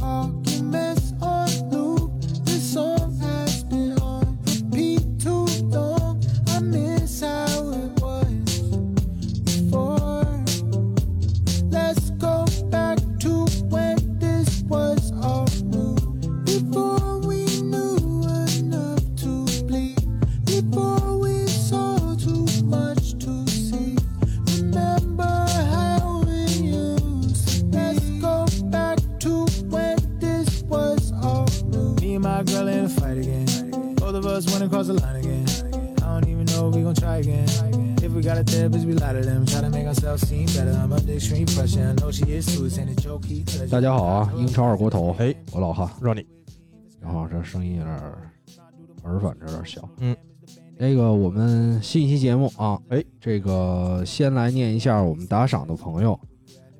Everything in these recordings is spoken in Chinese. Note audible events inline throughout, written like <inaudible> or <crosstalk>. Arguments on loop. This song has been on repeat too long. I miss how it was before. Let's go back to when this was all new. Before we knew enough to bleed. Before we saw too much to see. Remember how we used to be. Let's go back to when this was all new. Me and my girl in a fight again. Both of us went across the line again. I don't even know if we gon' try again. If we got a therapist, we lie to them. Try to make ourselves seem better. I'm under extreme pressure. I know she is too. It's ain't a joke. He 大家好啊，英超二锅头，哎，我老汉，让你然后这声音有点儿耳返，这有点小。嗯，那个我们新一期节目啊，哎，这个先来念一下我们打赏的朋友，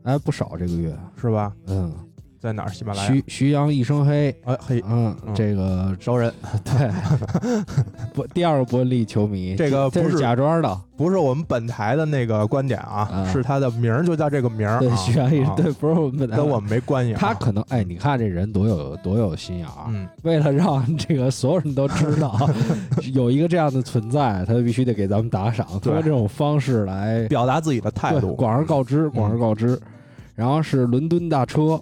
哎，不少这个月，是吧？嗯，在哪儿？喜马拉雅？徐徐阳一生黑，哎嘿，嗯，嗯这个熟人， <laughs> 对， <laughs> 不，第二个玻璃球迷，这个这不是是假装的，不是我们本台的那个观点啊啊，是他的名儿就叫这个名儿啊，对，徐阳一啊对，不是我们的，跟我们没关系啊。他可能哎，你看这人多有多有心眼儿，啊嗯， <laughs> 为了让这个所有人都知道 <laughs> 有一个这样的存在，他就必须得给咱们打赏，通过对这种方式来表达自己的态对度，嗯广而告之，广而告之。然后是伦敦大车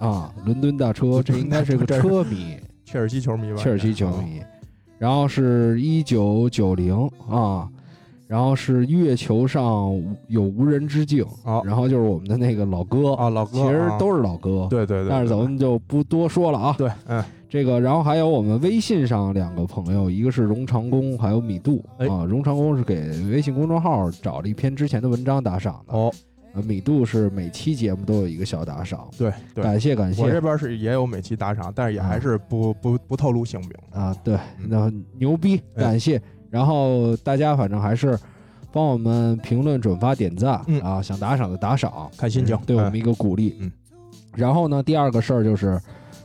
啊，伦敦大车，这应该是个这是车 <laughs> 迷，切尔西球迷吧？啊切尔西球哦迷。然后是一九九零啊，然后是月球上有无人之境，哦然后就是我们的那个老哥，啊，老哥其实啊都是老哥，对对对，但是对咱们就不多说了啊。对，嗯，这个，然后还有我们微信上两个朋友，一个是荣长工，还有米度、哎啊。荣长工是给微信公众号找了一篇之前的文章打赏的，哦，呃米度是每期节目都有一个小打赏，对对，感谢感我谢这边是也有每期打赏，但是也还是不不不透露姓名。啊，对，嗯那牛逼，哎感谢。然后大家反正还是帮我们评论、转发、点赞、嗯啊，想打赏的打赏，看心情嗯对我哎们一个鼓励。嗯，然后呢，第二个事儿就是。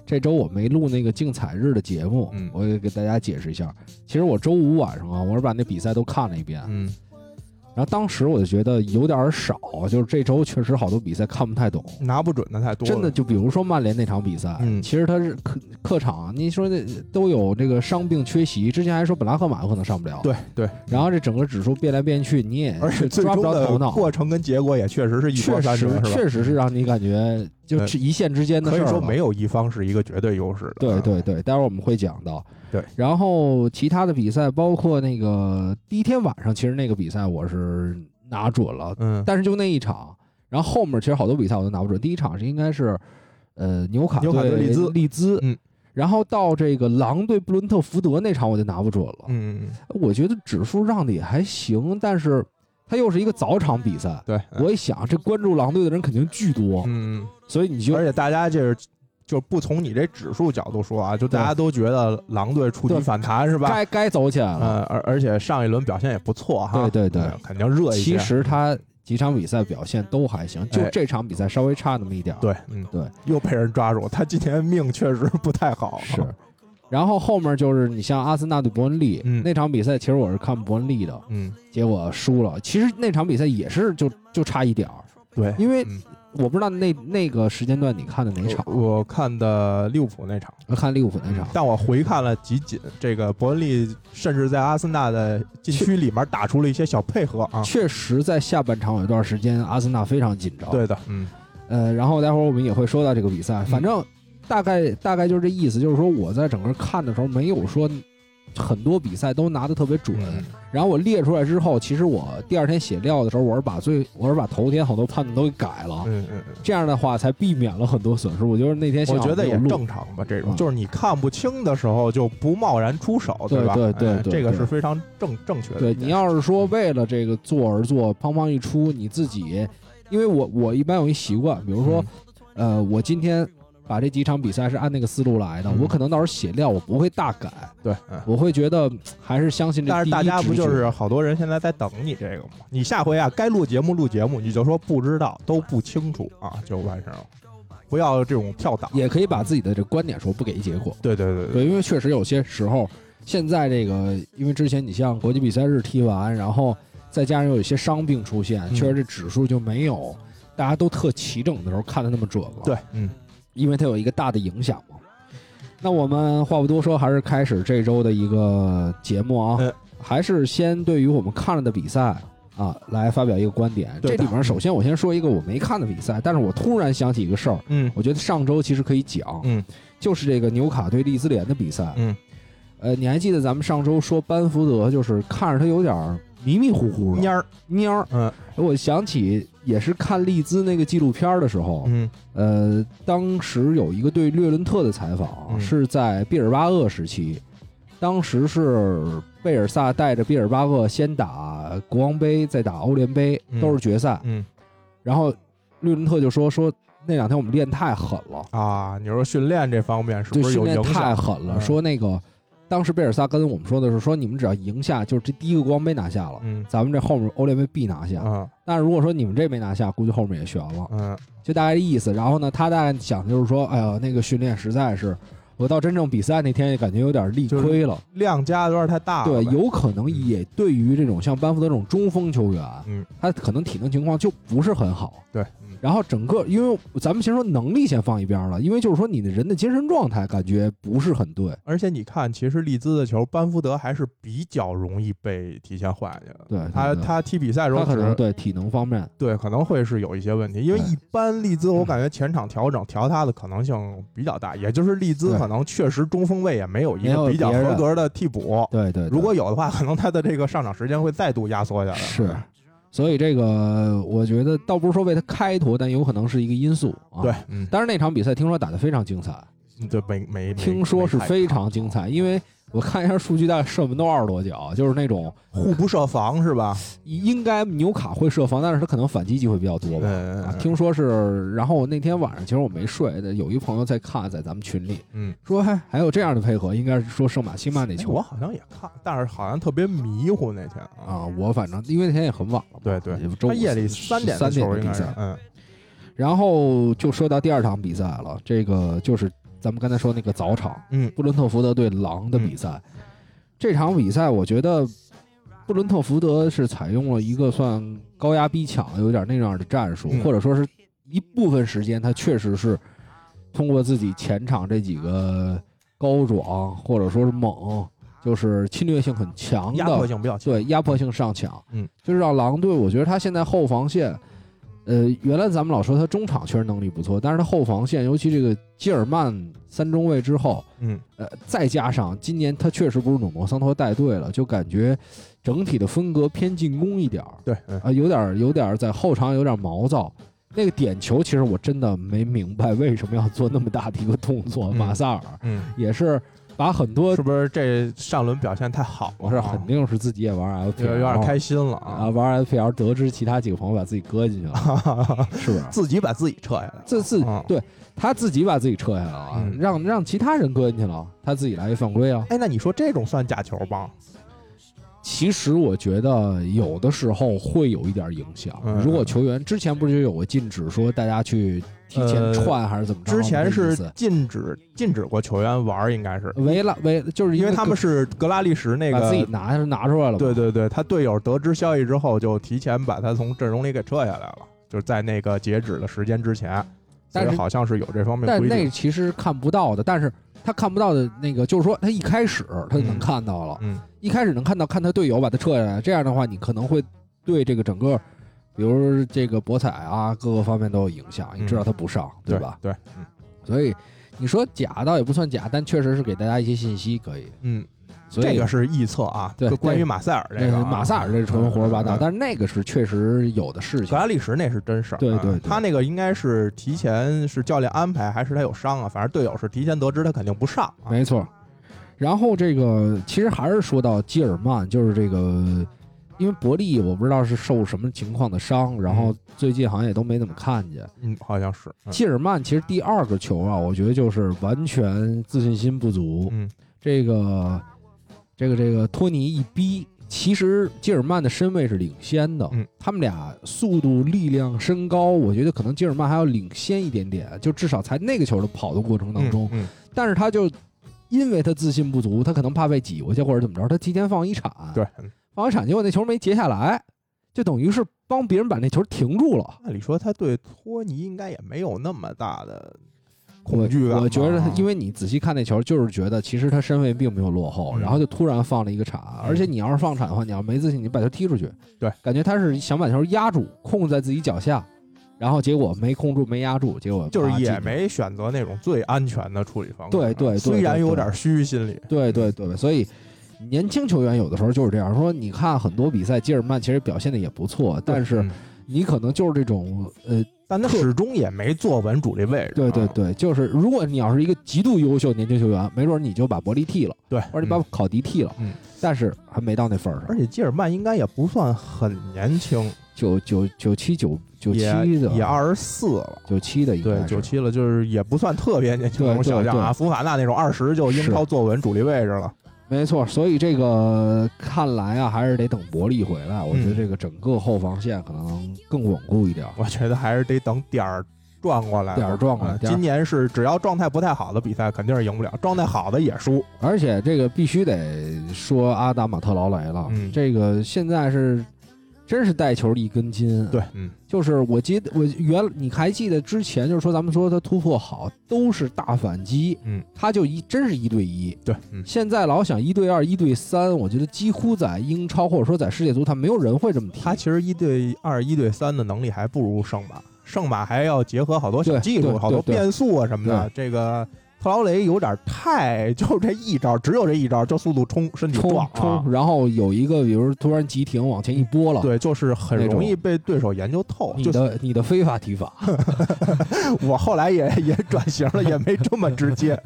这周我没录那个竞彩日的节目，嗯我也给大家解释一下。其实我周五晚上啊，我是把那比赛都看了一遍，嗯，然后当时我就觉得有点儿少，就是这周确实好多比赛看不太懂。拿不准的太多了，真的，就比如说曼联那场比赛，嗯其实他是客客场，你说那都有这个伤病缺席，之前还说本拉赫马有可能上不了，。对对。然后这整个指数变来变去，你也而且是最抓终不着头的脑。过程跟结果也确实是一波确三折，实，是吧？确实是让你感觉就对是一线之间的可事以儿说了没有一方是一个绝对优势的。对对对，待会儿我们会讲到。对，然后其他的比赛，包括那个第一天晚上，其实那个比赛我是拿准了，嗯，但是就那一场，然后后面其实好多比赛我都拿不准。第一场是应该是，呃，纽卡纽卡对利利兹利兹，嗯，然后到这个狼对布伦特福德那场我就拿不准了。嗯，嗯我觉得指数让的也还行，但是它又是一个早场比赛，对，嗯我一想这关注狼队的人肯定巨多，嗯，所以你嗯就而且大家这是就不从你这指数角度说啊，就大家都觉得狼队触底对反弹是吧？该该走起来了。呃，而而且上一轮表现也不错哈，对对对嗯，肯定热一其些。实他几场比赛表现都还行，就这场比赛稍微差那么一点儿。对，嗯，对，又被人抓住，他今年命确实不太好。是。然后后面就是你像阿森纳对伯恩利、嗯那场比赛，其实我是看伯恩利的，嗯，结果输了。其实那场比赛也是就就差一点儿，对，因为嗯我不知道那那个时间段你看的哪场，我我看的利物浦那场，我看利物浦那场。但我回看了集锦，这个伯恩利甚至在阿森纳的禁区里面打出了一些小配合啊。确实，在下半场有一段时间，阿森纳非常紧张。，对的，嗯，呃，然后待会儿我们也会说到这个比赛，反正大概大概就是这意思，就是说我在整个看的时候，没有说很多比赛都拿的特别准，嗯然后我列出来之后，其实我第二天写料的时候，我是把最我是把头天好多判断都给改了，嗯嗯，嗯这样的话才避免了很多损失。我觉得那天下我午觉得没有也录正常吧，这嗯种就是你看不清的时候就不贸然出手，对吧？对对对对这个对是非常正正确的。对你，要是说为了这个做而做，砰砰一出，你自己，因为我我一般有一习惯，比如嗯说，呃，我今天把这几场比赛是按那个思路来的，嗯我可能到时候写料我不会大改，对，嗯。我会觉得嗯还是相信这。但是大家不就是好多人现在在等你这个吗？你下回啊，该录节目录节目，你就说不知道都不清楚啊，就完事儿了。不要这种跳档。也可以把自己的这观点说不给结果。对对对对，对，因为确实有些时候，现在这个，因为之前你像国际比赛日踢完，然后再加上有一些伤病出现，嗯确实这指数就没有大家都特齐整的时候看的那么准了。对，嗯，因为它有一个大的影响嘛。那我们话不多说，还是开始这周的一个节目啊，嗯还是先对于我们看了的比赛啊来发表一个观点。对这的里面首先我先说一个我没看的比赛，但是我突然想起一个事儿，嗯我觉得上周其实可以讲，嗯，就是这个纽卡对利兹联的比赛，嗯，呃，你还记得咱们上周说班福德就是看着他有点儿迷迷糊糊的蔫儿，蔫儿，嗯我想起也是看利兹那个纪录片儿的时候，嗯呃，当时有一个对略伦特的采访啊，嗯是在毕尔巴鄂时期，当时是贝尔萨带着毕尔巴鄂先打国王杯，再打欧联杯，嗯都是决赛。嗯然后略伦特就说说那两天我们练太狠了，啊，你说训练这方面是对不是训有练影太响？狠了，嗯说那个当时贝尔萨跟我们说的是说你们只要赢下，就是这第一个国王杯拿下了，嗯咱们这后面欧联杯必拿下。嗯但是如果说你们这没拿下，估计后面也悬了。嗯就大概意思。然后呢，他大概想就是说，哎呀，那个训练实在是，我到真正比赛那天也感觉有点力亏了。量加的有点太大对了呗。，有可能也对于这种像班福德这种中锋球员，嗯他可能体能情况就不是很好。对，嗯然后整个，因为咱们先说能力先放一边了，因为就是说你的人的精神状态感觉不是很对。而且你看，其实利兹的球，班福德还是比较容易被提前换下去的。对对他对他踢比赛的时他候可只能是对体能方面，对可能会是有一些问题，因为对嗯一般利兹我感觉前场调整调他的可能性比较大，也就是利兹对可能确实中锋位也没有一没有个比较别人合格的替补，对对对如果有的话，可能他的这个上场时间会再度压缩下来。是，啊所以这个我觉得倒不是说为他开脱，但有可能是一个因素啊。对，，嗯，当然那场比赛听说打得非常精彩。对，没没没听说是没太非常精彩，因为我看一下数据，大概射门都二十多脚，就是那种互不设防是吧？应该纽卡会射防，但是他可能反击机会比较多吧。嗯啊，听说是，然后我那天晚上其实我没睡，有一朋友在看，在咱们群里嗯，说，还还有这样的配合，应该是说圣马西曼那哎球我好像也看，但是好像特别迷糊那天啊。啊，我反正因为那天也很晚了嘛，对对也，周五他夜里三三点三的点球应比该是赛，，嗯然后就说到第二场比赛了，这个就是咱们刚才说那个早场，嗯布伦特福德对狼的比赛。这场比赛，我觉得布伦特福德是采用了一个算高压逼抢，有点那样的战术，嗯或者说是一部分时间，他确实是通过自己前场这几个高壮，或者说是猛，就是侵略性很强压迫的，性比较强。对压迫性上抢，嗯，就是让狼队，我觉得他现在后防线。呃，原来咱们老说他中场确实能力不错，但是他后防线，尤其这个基尔曼三中卫之后，嗯，呃，再加上今年他确实不是努诺桑托带队了，就感觉整体的风格偏进攻一点儿，对，嗯啊、有点儿有点儿在后场有点儿毛躁。那个点球，其实我真的没明白为什么要做那么大的一个动作。嗯马萨尔嗯，也是把很多是，不是这上轮表现太好了啊？我呃是肯定是自己也玩 FPL，有有点开心了啊，啊，玩 FPL 得知其他几个朋友把自己搁进去 <laughs> 了，是不是？自己把自己撤下来了。这自嗯对他自己把自己撤下来了啊，嗯让让其他人搁进去了，他自己来一犯规啊。哎，那你说这种算假球吗？其实我觉得有的时候会有一点影响。嗯如果球员之前不是就有过禁止说大家去提前呃串还是怎么着？之前没意是思呃禁止禁止过球员玩儿，应该是围了围，就是因为个他们是格拉利什那把自己个，拿拿出来了嘛。对对对，他队友得知消息之后，就提前把他从阵容里给撤下来了，就是在那个截止的时间之前。但是所以好像是有这方面但规那定。其实看不到的，但是他看不到的那个，就是说他一开始他就能嗯看到了，嗯一开始能看到看他队友把他撤下来，这样的话你可能会对这个整个，比如这个博彩啊各个方面都有影响。你知道他不上，对嗯对吧？？对，嗯所以你说假倒也不算假，但确实是给大家一些信息，可以。嗯，所以这个是臆测啊，对就关于对马塞尔那这个个啊，马萨尔这是纯胡说八道，嗯嗯嗯但是那个是确实有的事格情。拉利什那是真事儿啊，对对对他那个应该是提前是教练安排，还是他有伤啊？反正队友是提前得知他肯定不上啊。没错。然后这个其实还是说到基尔曼，就是这个，因为伯利我不知道是受什么情况的伤，然后最近好像也都没怎么看见。嗯，好像是，嗯基尔曼其实第二个球啊，我觉得就是完全自信心不足。嗯这个这个这个托尼一逼，其实基尔曼的身位是领先的，嗯他们俩速度、力量、身高，我觉得可能基尔曼还要领先一点点，就至少在那个球的跑的过程当中，嗯，但是他就因为他自信不足，他可能怕被挤过去或者怎么着，他提前放一铲，嗯，对，嗯放一铲，结果那球没截下来，就等于是帮别人把那球停住了。按理说他对托尼应该也没有那么大的我恐惧感吧。啊我觉得他，因为为你仔细看那球，就是觉得其实他身位并没有落后，嗯然后就突然放了一个铲，而且你要是放铲的话，你要没自信，你把球踢出去，对，感觉他是想把球压住，控制在自己脚下，然后结果没控住，没压住，结果就是啪也进没选择那种最安全的处理方式。啊对对对虽然对有对点虚心理，对对对，所以年轻球员有的时候就是这样说。你看很多比赛，基尔曼其实表现的也不错，但是嗯，你可能就是这种呃，但他特始终也没坐稳主力位置。对对啊对，就是如果你要是一个极度优秀的年轻球员，没准你就把伯利剃了，对，或者你嗯把考迪剃了，嗯但是还没到那份儿上而。且基尔曼应该也不算很年轻，九九九七九九七也的，也二十四了。九七的应该对，是九七了，就是也不算特别年轻那种对对小将啊。对福法纳那种二十就英超坐稳主力位置了。没错，所以这个看来啊，还是得等伯利回来。我觉得嗯这个整个后防线可能更稳固一点儿。我觉得还是得等点儿转过来，点儿转过来嗯点儿今年是只要状态不太好的比赛，肯定是赢不了；状态好的也输。而且这个必须得说阿达马特劳雷了，嗯这个现在是真是带球一根筋。啊对，，嗯，就是我记得我原你还记得之前就是说咱们说他突破好都是大反击，嗯，他就一真是一对一。对，嗯，现在老想一对二、一对三，我觉得几乎在英超或者说在世界足坛没有人会这么踢。他其实一对二、一对三的能力还不如圣马，圣马还要结合好多小对技对术、好多对对变速啊什么的。这个特劳雷有点太，就这一招，只有这一招，就速度冲，身体冲撞啊冲，然后有一个，比如突然急停往前一拨了，对，就是很啊那种容易被对手研究透。你就是的你的非法踢法， <laughs> <laughs> 我后来也也转型了，也没这么直 <laughs> 接。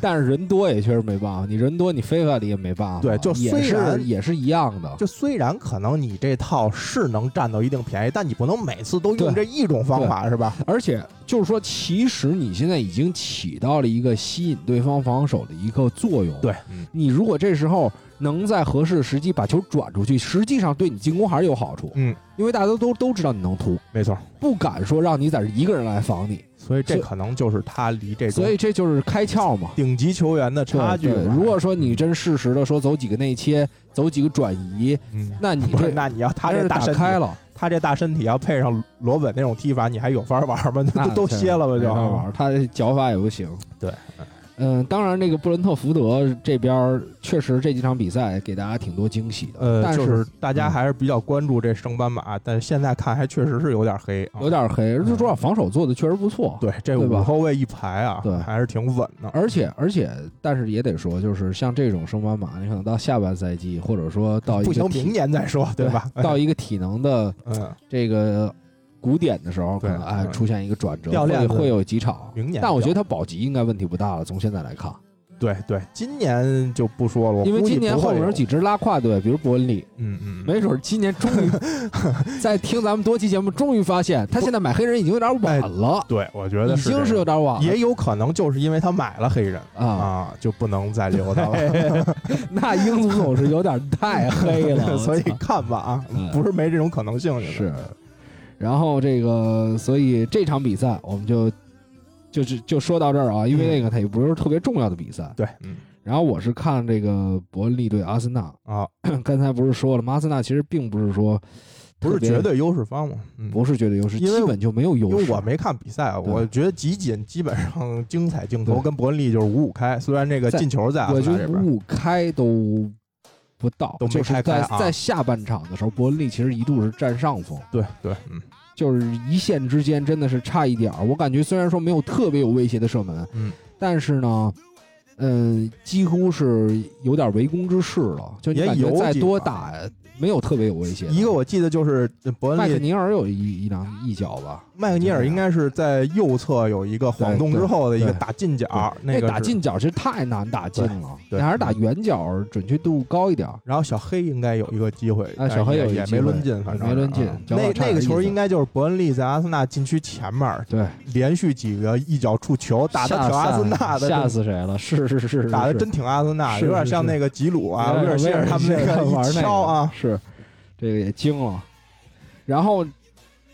但是人多也确实没办法，你人多你非法的也没办法，对就也虽是然也是一样的，就虽然可能你这套是能占到一定便宜，但你不能每次都用对这一种方法，是吧？而且就是说，其实你现在已经起到了一个吸引对方防守的一个作用，，对，嗯，你如果这时候能在合适的时机把球转出去，实际上对你进攻还是有好处，嗯，因为大家都都都知道你能突，没错。不敢说让你在这一个人来防你，所以这所以可能就是他离这种所以这就是开窍嘛。顶级球员的差距对吧。对如果说你真适时的说走几个内切，走几个转移，嗯，那你不是，这那你要他真这是大打身体，开了，他这大身体要配上罗本那种踢法，你还有法玩吗？那 <laughs> 都都确实歇了吧没就法。玩儿，他脚法也不行。对，嗯，当然，这个布伦特福德这边儿确实这几场比赛给大家挺多惊喜的，呃，但就是是大家嗯还是比较关注这升班马，但是现在看还确实是有点黑，啊有点黑，而且主要防守做的确实不错。，对这对吧五后卫一排啊对，还是挺稳的。而且而且，但是也得说，就是像这种升班马，你可能到下半赛季，或者说到一不个行，体明年再说，对吧？ <laughs> 到一个体能的 <laughs> 嗯，这个谷点的时候，可对能哎嗯出现一个转折，掉链会子会有几场。明年。但我觉得他保级应该问题不大了，从现在来看，对对，今年就不说了，我因为估计今年不后会面有有几支拉胯队，比如伯恩利，嗯嗯，没准儿今年终 <laughs> 于在听咱们多期节目，终于发现他现在买黑人已经有点晚了，对，我哎觉得已这经是样有点晚了也有可能就是因为他买了黑人 <laughs> 啊。哎啊，就不能再 <laughs> 留他 <laughs> 了，那英足总是有点太黑 <laughs> 了，所以我操看吧啊嗯，不是没这种可能性现是。在然后这个，所以这场比赛我们就就是就说到这儿啊，因嗯为那个它也不是特别重要的比赛。对，嗯然后我是看这个伯恩利对阿森纳， <coughs> 啊，刚才不是说了吗？阿森纳其实并不是说不是特别绝对优势方嘛，嗯。不是绝对优势，因为基本就没有因优为势。我没看比赛啊，对我觉得集锦基本上精彩镜头对跟伯恩利就是五五开，虽然这个在进球在阿我森觉纳得这边，五五开都不到，都没就是开在开啊在下半场的时候，伯恩利其实一度是占上风，对对，嗯就是一线之间真的是差一点儿。我感觉虽然说没有特别有威胁的射门，嗯，但是呢，嗯，几乎是有点围攻之势了，就你也感觉有再几多个打没有特别有威胁的。一个我记得就是伯麦恩克利尼尔有一一两一脚吧，麦克尼尔应该是在右侧有一个晃动之后的一个打近角，那那个哎打是。进角其实太难打进了，对对那还是打圆角准确度高一点。然后小黑应该有一个机会，但是啊小黑也有一也机没会抡进，反正没抡进啊脚那法差那点个意球思应该就是伯恩利在阿森纳禁区前面对，连续几个一脚触球，打的吓挺阿死森纳的，吓死谁了？是是是是，打的是哎真挺阿森纳，是的，有点是像是那个吉鲁啊、威威尔希尔他们那个玩一那敲啊，是这个也惊了。然后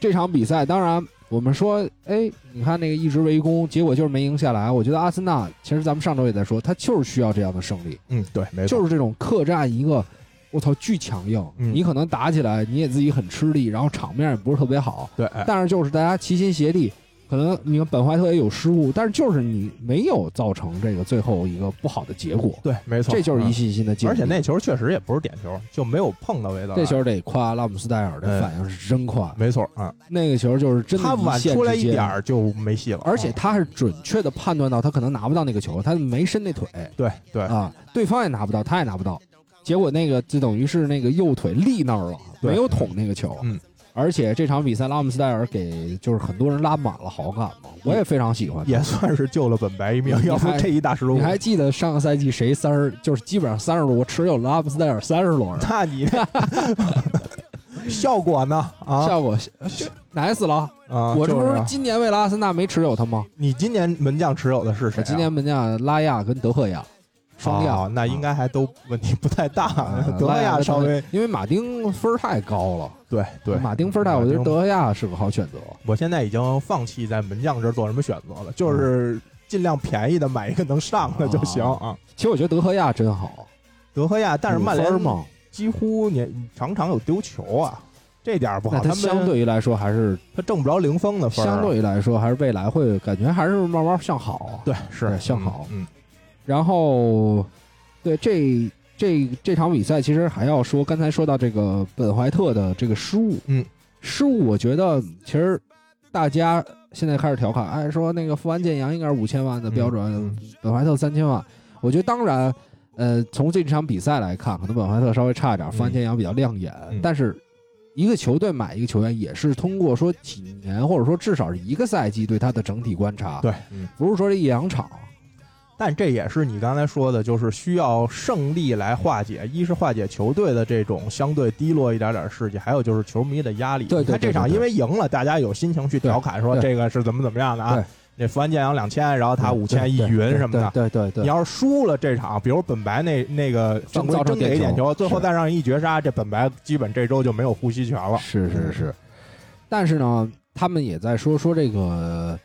这场比赛，当然我们说，哎，你看那个一直围攻，结果就是没赢下来。我觉得阿森纳，其实咱们上周也在说，他就是需要这样的胜利，嗯，对，没错，就是这种客战一个，我操，巨强硬。嗯你可能打起来你也自己很吃力，然后场面也不是特别好，对，哎但是就是大家齐心协力。可能你看本怀特也有失误，但是就是你没有造成这个最后一个不好的结果，对，没错，这就是一嗯心一心的进步。而且那球确实也不是点球，就没有碰到维德拉，这球得夸拉姆斯戴尔的哎反应是真快，没错啊，那个球就是真的他晚一线出来之一间点，儿就没戏了，而且啊他是准确的判断到他可能拿不到那个球，他没伸那腿对对啊，对方也拿不到，他也拿不到，结果那个就等于是那个右腿立那儿了，对没有捅那个球。嗯而且这场比赛拉姆斯戴尔给就是很多人拉满了好感嘛，我也非常喜欢他。也算是救了本白一命，你要不还这一大失误你，还记得上个赛季谁三十就是基本上三十轮持有拉姆斯戴尔三十轮，那你效果呢？啊效果就奶死了。啊，我这就不是是啊今年为了阿森纳没持有他吗？你今年门将持有的是谁我啊？今年门将拉亚跟德赫亚双哦亚，那应该还都问题不太大啊。德赫拉亚跟稍德赫微因为马丁分儿太高了，对对，马丁分儿太，我觉得马丁德赫亚是个好选择。我现在已经放弃在门将这儿做什么选择了，嗯就是尽量便宜的买一个能上的就行啊。其实我觉得德赫亚真好，德赫亚，但是曼五联分嘛，几乎你常常有丢球啊，这点儿不好。那他他们相对于来说还是他挣不着零封的分儿啊，相对于来说还是未来会感觉还是慢慢向好。对是对向好嗯，然后对这这这场比赛，其实还要说刚才说到这个本怀特的这个失误，嗯，失误，我觉得其实大家现在开始调侃，哎，说那个富安健洋应该是五千万的标准，嗯本怀特三千万，我觉得当然。呃，从这场比赛来看，可能本怀特稍微差一点，嗯富安健洋比较亮眼。嗯但是，一个球队买一个球员，也是通过说几年，或者说至少是一个赛季对他的整体观察，对，嗯。不是说这一两场，但这也是你刚才说的，就是需要胜利来化解，一是化解球队的这种相对低落一点点士气，还有就是球迷的压力。对对你看对这场对对因为赢了，大家有心情去调侃说对这个是怎么怎么样的对啊。那福安建阳两千，然后他五千一云什么的。对对对你，要是输了这场，比如本白那那个犯规真造成真给一点点球球，最后是再让人一绝杀，这本白基本这周就没有呼吸权了。嗯是是是。但是呢，他们也在说说这个，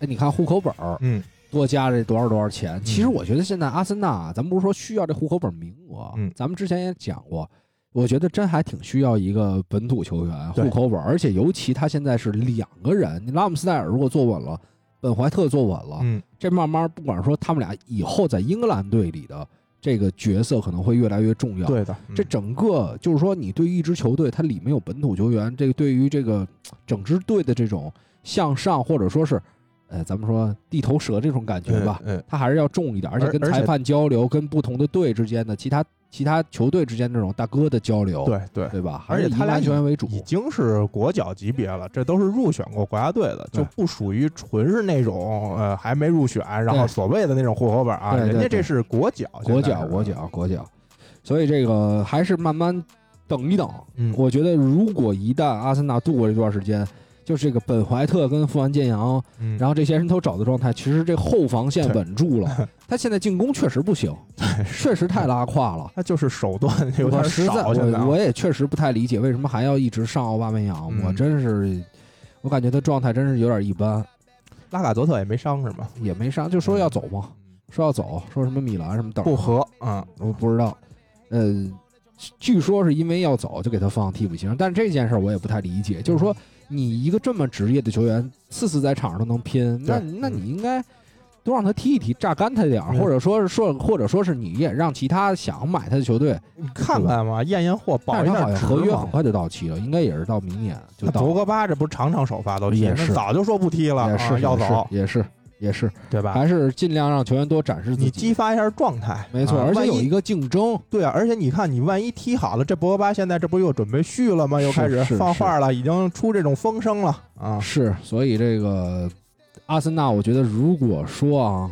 哎，你看户口本儿嗯多加这多少多少钱？其实我觉得现在阿森纳啊，咱们不是说需要这户口本名额，嗯咱们之前也讲过。我觉得真还挺需要一个本土球员对户口本儿，而且尤其他现在是两个人，你拉姆斯戴尔如果坐稳了，本怀特坐稳了，嗯，这慢慢不管说他们俩以后在英格兰队里的这个角色可能会越来越重要。对的，这整个就是说，你对于一支球队，它里面有本土球员，这个对于这个整支队的这种向上，或者说是，呃，咱们说地头蛇这种感觉吧，嗯，嗯它还是要重一点，而且而跟而且裁判交流，跟不同的队之间的其他其他球队之间这种大哥的交流，对对。对吧？而且还是以他俩篮球员为主，已经是国脚级别了，这都是入选过国家队的，对就不属于纯是那种呃还没入选，然后对所谓的那种户口本啊，对对人家对这是国脚，国现在脚是国，脚国脚，所以这个还是慢慢等一等。嗯，我觉得如果一旦阿森纳度过这段时间，就是这个本怀特跟富安健洋。嗯然后这些人头找的状态，其实这后防线对稳住了。 <laughs> 他现在进攻确实不 <laughs> 行，确实太拉胯了。他就是手段有我点实在少，现在啊我我也确实不太理解为什么还要一直上奥巴梅扬。嗯我真是，我感觉他状态真是有点一般，拉卡泽特也没伤是吗？也没上就说要走嘛，嗯说要走，说什么米兰什么等，不合，嗯，我不知道。呃，据说是因为要走就给他放替补席上，但这件事儿我也不太理解，就是说你一个这么职业的球员，次次在场上都能拼，那对那你应该多让他踢一踢，榨干他点儿，嗯或者说是说，或者说是你也让其他想买他的球队，你看看嘛，验验货，保但一是他下好像值合约嘛很快就到期了，应该也是到明年就那到博了，格巴这不是场场首发都踢，也那是早就说不踢了，也啊是要也是走，也是。也是，对吧？还是尽量让球员多展示自你己。激发一下状态，没错，啊而且万有一一个竞争，对啊，而且你看，你万一踢好了，这博格巴现在这不又准备续了吗？又开始是是放话了，已经出这种风声了啊！是，所以这个阿森纳，我觉得如果说啊，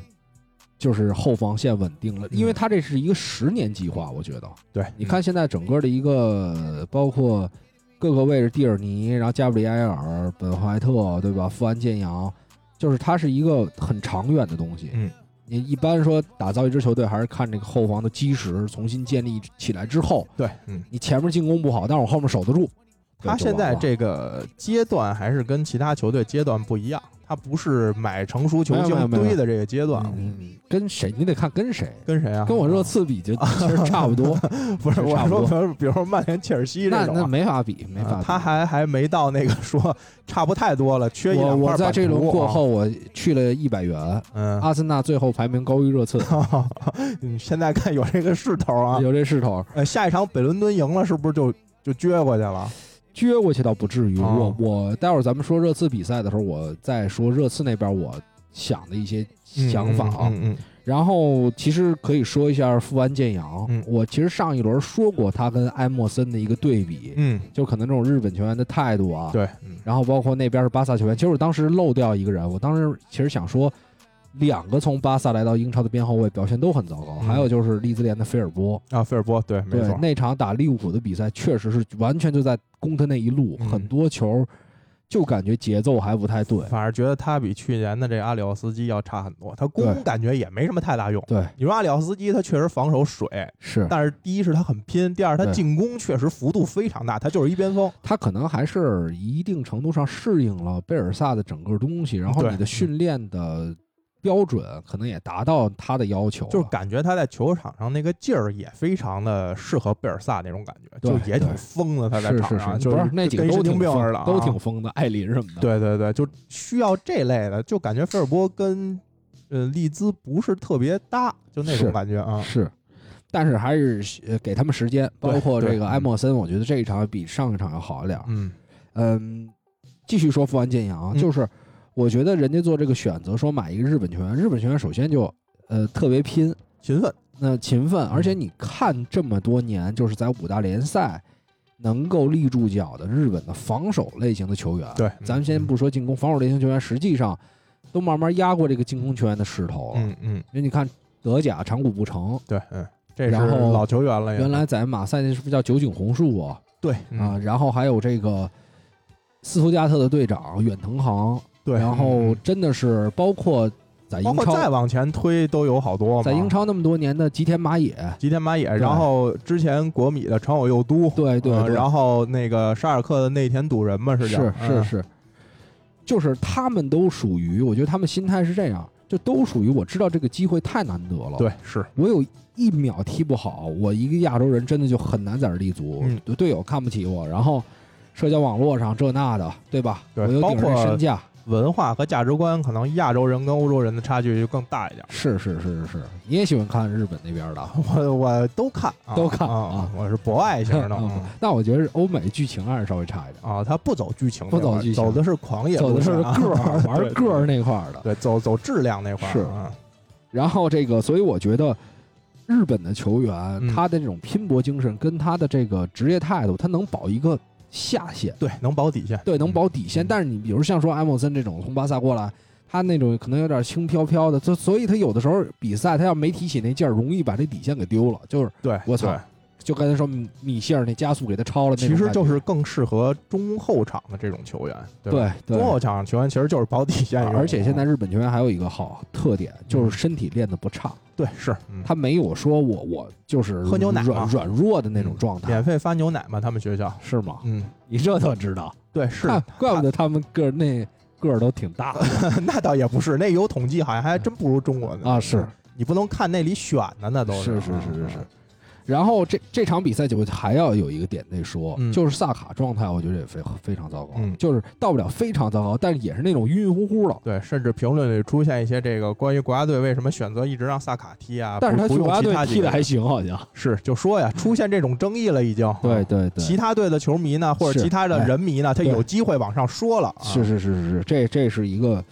就是后防线稳定了，因嗯为他这是一个十年计划，我觉得。对，你看现在整个的一个包括各个位置，蒂尔尼，然后加布里埃尔、本怀特，对吧？富安健洋，就是它是一个很长远的东西。嗯，你一般说打造一支球队，还是看这个后防的基石重新建立起来之后，对，嗯，你前面进攻不好，但是我后面守得住。对他就现完在了这个阶段还是跟其他球队阶段不一样，他不是买成熟球没有没有星没有堆的这个阶段，嗯，跟谁你得看跟谁，跟谁啊？跟我热刺比就其实差不多， <laughs> 不是是我差不说，多比如比如说曼联、切尔西那这种那啊。没法比，没法啊比。他还还没到那个说 <laughs> 差不太多了，缺一我两块我板在这图轮过啊，后，我去了一百元，嗯， <laughs> 阿森纳最后排名高于热刺，啊你现在看有这个势头啊，有这势头，呃，下一场北伦敦赢了，是不是就就撅过去了？撅过去倒不至于。哦我我待会儿咱们说热刺比赛的时候，我再说热刺那边我想的一些想法啊。嗯嗯然后其实可以说一下富安健洋嗯，我其实上一轮说过他跟埃莫森的一个对比，嗯，就可能这种日本球员的态度啊，对，嗯然后包括那边是巴萨球员，其实我当时漏掉一个人，我当时其实想说，两个从巴萨来到英超的边后卫表现都很糟糕，嗯还有就是利兹联的菲尔波，啊，菲尔波，对，没对错，那场打利物浦的比赛，确实是完全就在攻他那一路，嗯很多球就感觉节奏还不太对，反而觉得他比去年的这阿里奥斯基要差很多，他对攻感觉也没什么太大用。对，你说阿里奥斯基他确实防守水，是但是第一是他很拼，第二他对进攻确实幅度非常大，他就是一边锋。他可能还是一定程度上适应了贝尔萨的整个东西，然后对你的训练的标准可能也达到他的要求了，就是感觉他在球场上那个劲儿也非常的适合贝尔萨那种感觉，对就也挺疯的。他在是场是上是，就不是那几个跟都神挺经病似疯的啊，都挺疯的，艾琳什么的，对对对，就需要这类的，就感觉菲尔波跟呃利兹不是特别搭，就那种是感觉啊。是，但是还是呃给他们时间，包对括对这个埃默森，我觉得这一场比上一场要好一点儿。嗯嗯，继续说富安健洋，嗯就是我觉得人家做这个选择，说买一个日本球员，日本球员首先就呃特别拼，勤奋，那、勤奋，而且嗯你看这么多年，就是在五大联赛。能够立住脚的日本的防守类型的球员，对咱们先嗯不说进攻，防守类型球员实际上都慢慢压过这个进攻球员的势头了。嗯嗯，因为你看德甲长谷部城，对，嗯，这是然后老球员了也，原来在马赛那是不是叫酒井宏树啊？对啊，哎嗯然后还有这个斯图加特的队长远藤航，对，然后嗯真的是包括在包英括再超，往前推都有好多嘛，在英超那么多年的吉田麻也，吉田麻也，然后之前国米的长友佑都，对对呃对，然后那个沙尔克的内田笃人嘛，是叫是嗯是是，就是他们都属于，我觉得他们心态是这样，就都属于我知道这个机会太难得了，嗯对是，我有一秒踢不好，我一个亚洲人真的就很难在这儿立足。嗯队队友看不起我，然后社交网络上这那的，对吧？对我又顶包着括身价，文化和价值观可能亚洲人跟欧洲人的差距就更大一点。是是是是是，你也喜欢看日本那边的。我我都看，啊都看啊啊，我是博爱型 <laughs> 的。嗯嗯但我觉得欧美剧情还是稍微差一点，啊，他不走剧情不这块儿，走剧情走的是狂野走路的是线个啊，儿玩对个儿，那块儿的。对，走走质量那块儿是啊然后这个，所以我觉得日本的球员嗯他的这种拼搏精神跟他的这个职业态度，他能保一个下限。对，能保底线，对，能保底线。嗯但是你比如像说埃莫森这种从巴萨过来，他那种可能有点轻飘飘的，就所以他有的时候比赛他要没提起那劲儿，容易把这底线给丢了。就是对，我操对，就刚才说米米歇尔那加速给他超了那种其感觉，实就是更适合中后场的这种球员，对吧对对中。后场球员其实就是保底线用的，而且现在日本球员还有一个好特点，嗯就是身体练得不差，对是嗯他没有说我我就是喝牛奶嘛嗯软软弱的那种状态免，费发牛奶嘛，他们学校，是吗？嗯，你这都知道，对是，看 <laughs> 怪不得他们个儿那个儿都挺大 <laughs> 的那倒也不是，那有统计好像还真不如中国呢啊，是。你不能看那里选的那都是是嗯是是是是。然后这这场比赛就还要有一个点得说，嗯就是萨卡状态，我觉得也非非常糟糕，嗯就是到不了非常糟糕，但是也是那种晕晕乎乎的。对，甚至评论里出现一些这个关于国家队为什么选择一直让萨卡踢啊，但是不他不去用国家其他队几踢个的人还行，好像。是就说呀，出现这种争议了已经。对啊对对，其他队的球迷呢，或者是哎其他的人迷呢，他对有机会往上说了啊。是是是是是，这这是一个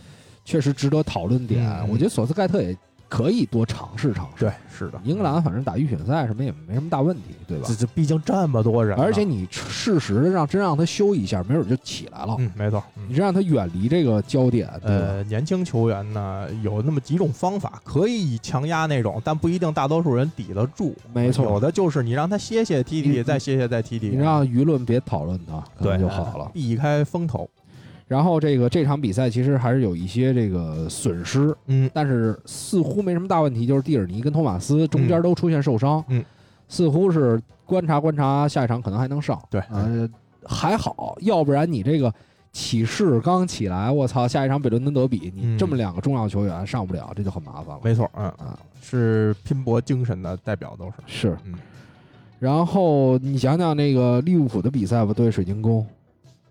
确实值得讨论点。嗯我觉得索斯盖特也可以多尝试尝试。对，是的，英格兰反正打预选赛什么也没什么大问题，对吧这？这毕竟这么多人啊，而且你适时的让真让他休一下，没准就起来了。嗯，没错，嗯你。真让他远离这个焦点，对吧？呃，年轻球员呢有那么几种方法，可以以强压那种，但不一定大多数人抵得住。没错有的就是你让他歇歇踢你踢，再歇歇再踢踢，你让舆论别讨论他，可对能就好了。避开风头。然后这个这场比赛其实还是有一些这个损失，嗯，但是似乎没什么大问题，就是蒂尔尼跟托马斯中间都出现受伤，嗯嗯似乎是观察观察，下一场可能还能上，对呃，还好，要不然你这个起势刚起来，我操，下一场北伦敦德比，你嗯这么两个重要球员上不了，这就很麻烦了没错，嗯，啊，是拼搏精神的代表都是。是，嗯然后你想想那个利物浦的比赛吧，对水晶宫，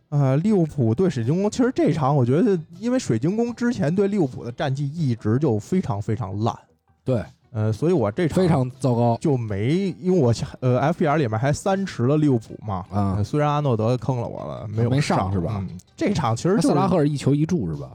呃，利物浦对水晶宫，其实这场我觉得，因为水晶宫之前对利物浦的战绩一直就非常非常烂，对，呃，所以我这场非常糟糕就没，因为我下呃 FPL 里面还三持了利物浦嘛，啊呃，虽然阿诺德坑了我了，没有没上上是吧嗯这场其实就是萨拉赫尔一球一助是吧？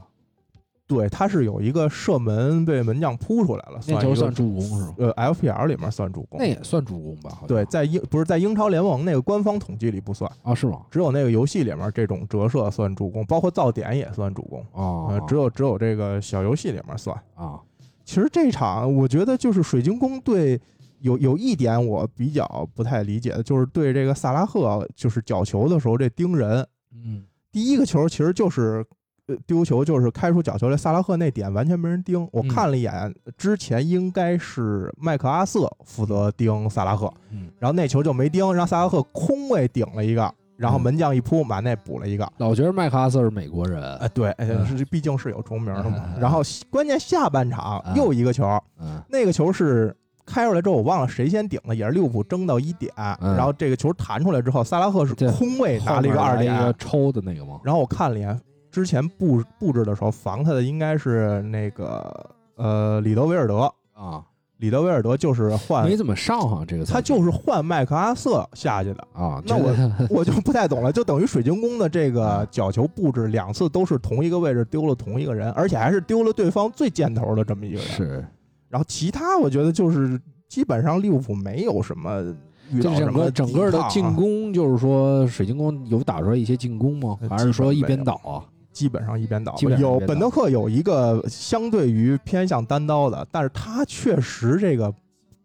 对，他是有一个射门被门将扑出来了，那一球个算助攻是吗？呃 FPL 里面算助攻那。也算助攻吧？好像对，在英不是在英超联盟那个官方统计里不算，啊，是吗？只有那个游戏里面这种折射算助攻，包括造点也算助攻。呃啊，，只有只有这个小游戏里面算。啊，其实这场我觉得就是水晶宫队有有一点我比较不太理解的，就是对这个萨拉赫啊就是角球的时候这盯人，嗯，第一个球其实就是。呃丢球就是开出角球来，萨拉赫那点完全没人盯。我嗯看了一眼，之前应该是麦克阿瑟负责盯萨拉赫，嗯然后那球就没盯，让萨拉赫空位顶了一个，然后嗯门将一扑，马内补了一个。老觉得麦克阿瑟是美国人，啊，对，哎嗯是毕竟是有重名的嗯嗯嘛。嗯然后关键下半场嗯又一个球，嗯那个球是开出来之后，我忘了谁先顶的，也是利物浦争到一点，嗯然后这个球弹出来之后，萨拉赫是对空位拿了一个二啊点后面来，一个抽的那个吗？然后我看了一眼，之前布布置的时候防他的应该是那个呃里德维尔德，啊，里德维尔德就是换没怎么上好像这个赛啊他季，，就是换麦克阿瑟下去的 <laughs> 啊，那这个我就不太懂了，就等于水晶宫的这啊个角球布置两次都是同一个位置丢了同一个人，而且还是丢了对方最箭头的这么一个人。是然后其他我觉得就是基本上利物浦没有什么遇这到什整么个抵抗整啊个的进攻，就是说水晶宫有打出来一些进攻吗？还是说一边倒啊？基本上一边倒基本。上一有边倒本德克有一个相对于偏向单刀的，但是他确实这个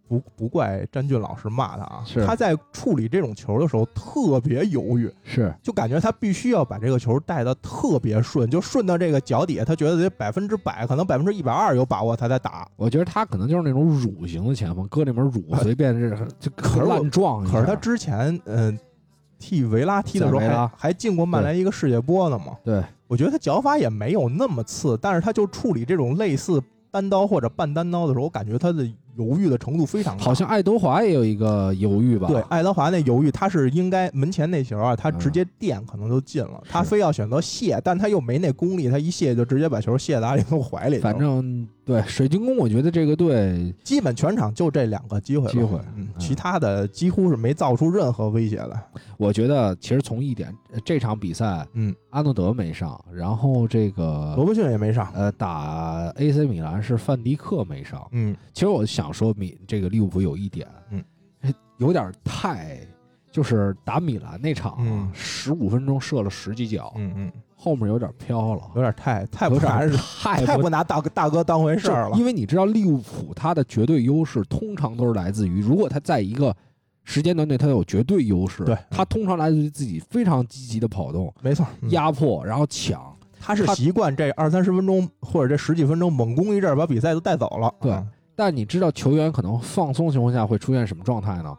不不怪詹俊老师骂他啊是，他在处理这种球的时候特别犹豫，是就感觉他必须要把这个球带的特别顺，就顺到这个脚底下，他觉得得百分之百，可能百分之一百二有把握他才打。我觉得他可能就是那种乳型的前锋，搁那门乳啊随便这就可是我乱撞一下，嗯可是他之前嗯、替维拉踢的时候在维拉还还进过曼联一个世界波呢嘛。对，我觉得他脚法也没有那么次，但是他就处理这种类似单刀或者半单刀的时候，我感觉他的犹豫的程度非常大。好像爱德华也有一个犹豫吧？对，爱德华那犹豫，他是应该门前那球啊，他直接嗯垫可能就进了，他是非要选择卸，但他又没那功力，他一卸就直接把球卸到阿里诺怀里去了。反正对水晶宫，我觉得这个队基本全场就这两个机会吧，机会嗯嗯，啊其他的几乎是没造出任何威胁来。我觉得其实从一点，呃这场比赛，嗯，哦阿诺德没上，然后这罗个伯逊也没上，呃打 AC 米兰是范迪克没上。嗯，其实我想说米这个利物浦有一点，嗯，有点太就是打米兰那场啊嗯，十五、分钟射了十几脚，嗯嗯，后面有点飘了，有点太太不有拿点人太太不不拿大哥大哥当回事儿就了。因为你知道利物浦它的绝对优势通常都是来自于，如果他在一个时间段内他有绝对优势，对他通常来自于自己非常积极的跑动、没错，嗯压迫，然后抢。他是他习惯这二三十分钟或者这十几分钟猛攻一阵儿，把比赛都带走了。对嗯但你知道球员可能放松情况下会出现什么状态呢？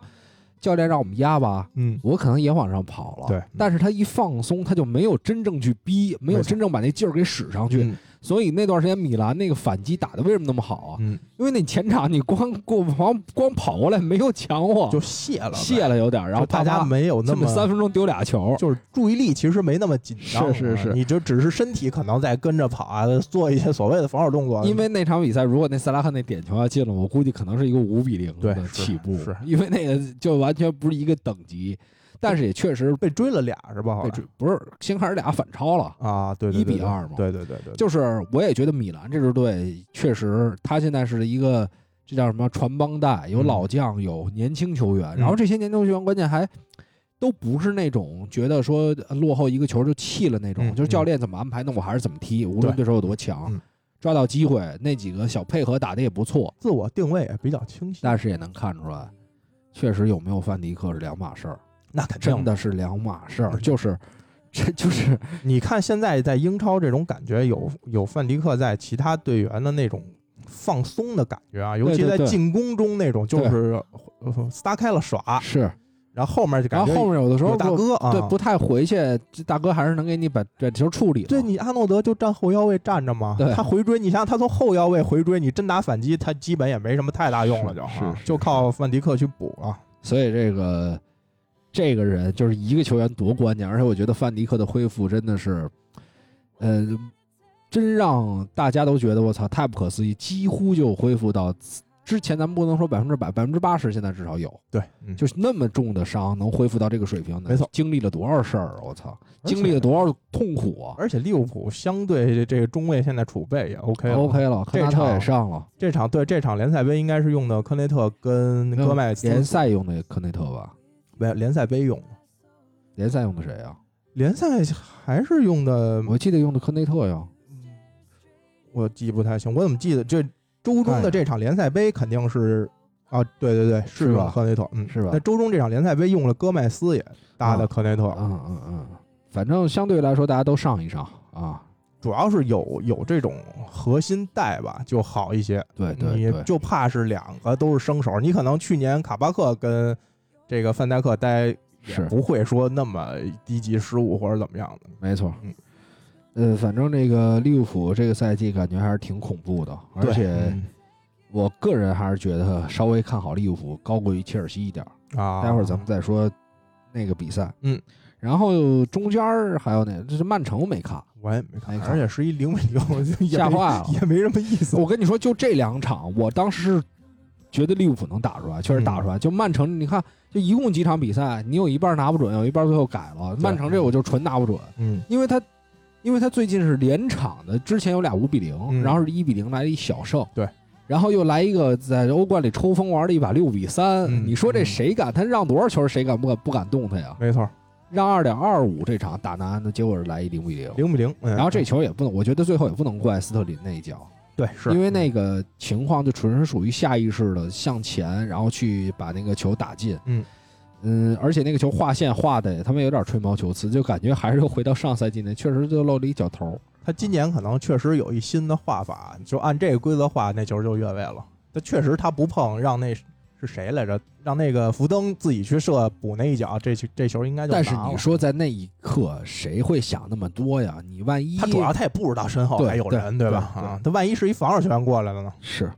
教练让我们压吧，嗯，我可能也往上跑了。对但是他一放松，他就没有真正去逼，没有没错真正把那劲儿给使上去。嗯所以那段时间米兰那个反击打的为什么那么好啊？嗯，因为那前场你光过光光跑过来没有抢我，就卸了呗，卸了有点儿，然后就大啪家啪没有那这么么三分钟丢俩球，就是注意力其实没那么紧张了，啊是是是你就只是身体可能在跟着跑啊，做一些所谓的防守动作，因为那场比赛如果那萨拉赫那点球要进了，我估计可能是一个五比零对的是起步，是因为那个就完全不是一个等级。但是也确实被追了俩是吧？被追不是先开始俩反超了。啊，对对一对比对二嘛对对对对，对就是我也觉得米兰这支队确实，他现在是一个这叫什么传帮带，有嗯老将，有年轻球员，嗯然后这些年轻球员关键还都不是那种觉得说呃落后一个球就气了那种，嗯就是教练怎么安排，那我还是怎么踢，无论对对手有多强，嗯抓到机会那几个小配合打得也不错，自我定位也比较清晰，但是也能看出来，确实有没有范迪克是两码事儿，那肯定真的是两码事儿，嗯就是这就是你看现在在英超这种感觉有有范迪克在其他队员的那种放松的感觉啊，尤对其对在对进攻中那种就是呃撒开了耍，是，然后后面就然感后觉后面有的时候有大不哥啊，对，不太回去，这大哥还是能给你把这球处理了。对你阿诺德就站后腰位站着嘛对，他回追，你想想他从后腰位回追，你真打反击，他基本也没什么太大用了就，是啊是就靠范迪克去补了。所以这个这个人就是一个球员多关键，而且我觉得范迪克的恢复真的是，呃，真让大家都觉得我操太不可思议，几乎就恢复到之前咱们不能说百分之百，百分之八十现在至少有，对，嗯就是那么重的伤能恢复到这个水平的，没错经历了多少事儿啊，我操，而且经历了多少痛苦啊而且利物浦相对这个中卫现在储备也 OK 了！OK 了，科这纳特也场上了，这场对这场联赛杯应该是用的科内特跟戈麦斯联赛用的科内特吧？没有联赛杯用，联赛用的谁啊？联赛还是用的我记得用的科内特呀。我记不太清，我怎么记得这周中的这场联赛杯肯定是啊，对对对，是哎是用吧科内特，嗯，是吧那周中这场联赛杯用了戈麦斯也搭的科内特，嗯嗯嗯，反正相对来说大家都上一上啊。主要是有有这种核心带吧，就好一些。对哎对你对，就怕是两个都是生手，你可能去年卡巴克跟这个范戴克待也是不会说那么低级失误或者怎么样的。没错嗯。呃，反正这个利物浦这个赛季感觉还是挺恐怖的，而对且嗯我个人还是觉得稍微看好利物浦高过于切尔西一点儿。啊，待会儿咱们再说那个比赛。嗯，然后中间儿还有哪？这是曼城我没看，我也没看没，看而且是一零比 <laughs> 零，我就 <laughs> 也吓没坏了也没什么意思。我跟你说，就这两场，我当时是觉得利物浦能打出来，确实打出嗯来。就曼城，你看，就一共几场比赛，你有一半拿不准，有一半最后改了。曼城这我就纯拿不准，嗯，因为他，因为他最近是连场的，之前有俩五比零、嗯然后是一比零来了一小胜，对，然后又来一个在欧冠里抽风玩了一把六比三、嗯你说这谁敢？他让多少球，谁敢不敢不敢动他呀？没错，让二点二五这场打南安的，结果是来一零比零。零比零。嗯然后这球也不能，我觉得最后也不能怪斯特林那一脚，对是因为那个情况就纯是属于下意识的向前，然后去把那个球打进。嗯嗯而且那个球划线划的他们有点吹毛求疵，就感觉还是又回到上赛季那，确实就露了一脚头。他今年可能确实有一新的画法，就按这个规则画，那球就越位了。他确实他不碰，让那是谁来着？让那个福登自己去射补那一脚，这球这球应该就拿但了是你说在那一刻，谁会想那么多呀？你万一他主要他也不知道身后对还有人，对吧？对啊，他万一是一防守球员过来了呢？是，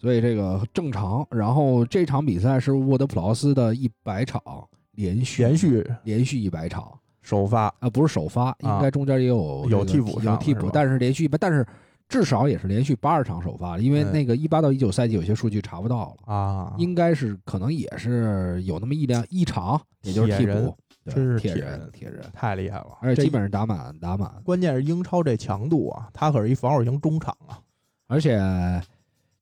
所以这个正常。然后这场比赛是沃德普劳斯的一百场连续连续连续一百场，首发，啊，不是首发，应该中间也有、有替补上有了替是补吧，但是连续吧，但是至少也是连续八十场首发了，因为嗯那个一八到一九赛季有些数据查不到了，啊，应该是可能也是有那么一两一场，也就是替铁人补，对真是铁铁人人铁人，太厉害了！而且这基本上打满打满，关键是英超这强度啊，他可是一防守型中场啊，而且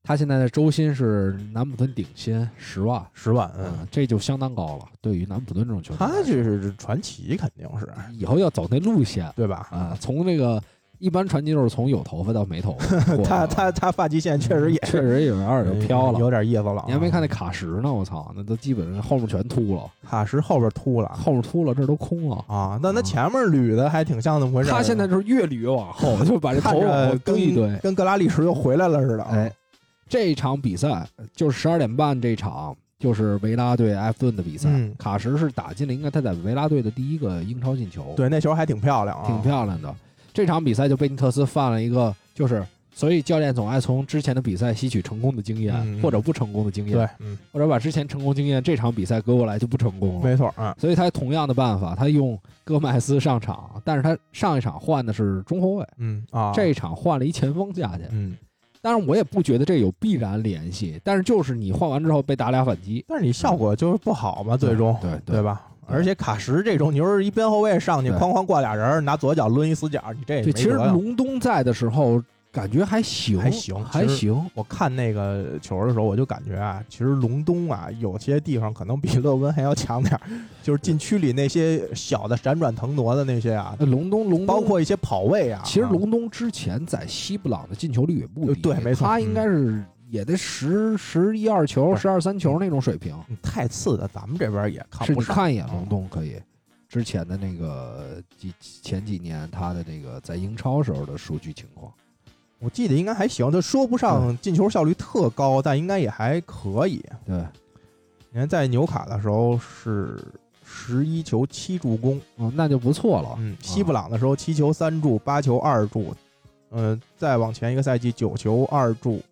他现在的周薪是南普敦顶薪十万，十万，嗯，，这就相当高了，对于南普敦这种球队他来说，就是传奇，肯定是以后要走那路线对吧？啊，从那个。一般传奇就是从有头发到没头 <laughs> 发过来他了，他他发际线确实也 <laughs> 确实有点儿嗯有飘了。有点意思了啊。你还没看那卡什呢？我操，那都基本上后面全秃了，啊卡什后边秃了后面秃了，这都空了。啊？但他前面捋的还挺像那么回事嗯儿。他现在就是越捋越往 <laughs> 后，就把这看头往着后跟蹬一堆。跟格拉利什又回来了似的。啊哎，，这场比赛就是十二点半这场，就是维拉对埃弗顿的比赛。嗯卡什是打进了，应该他在维拉队的第一个英超进球，，对，那球还挺漂亮啊，挺漂亮的。这场比赛就贝尼特斯犯了一个，就是所以教练总爱从之前的比赛吸取成功的经验，嗯嗯或者不成功的经验，对，嗯，或者把之前成功经验这场比赛搁过来就不成功了。没错，嗯，所以他同样的办法，他用戈麦斯上场，但是他上一场换的是中后卫，嗯啊，这一场换了一前锋下去。嗯，当然，我也不觉得这有必然联系，但是就是你换完之后被打俩反击，但是你效果就是不好嘛，最终对对对吧？而且卡什这种，你说是一边后卫上去对哐哐挂俩人儿，拿左脚抡一死角，你这也对，没其实辙呀。隆东在的时候感觉还行，还行还其实行。我看那个球的时候，我就感觉啊，其实隆东啊，有些地方可能比勒温还要强点儿， <laughs> 就是禁区里那些小的闪转腾挪的那些啊，呃隆东，隆东包括一些跑位啊。其实隆东之前在西布朗的进球率也不呃低，对没错他应该是也得十十一二球、对十二三球那种水平。嗯太次的，咱们这边也看是不你上。看一眼啊隆东可以，之前的那个几前几年他的那个在英超时候的数据情况，我记得应该还行，就说不上进球效率特高，但应该也还可以。对，你看在纽卡的时候是十一球七助攻，哦，那就不错了。嗯，西布朗的时候七球三助，八球二助，嗯、再往前一个赛季九球二助，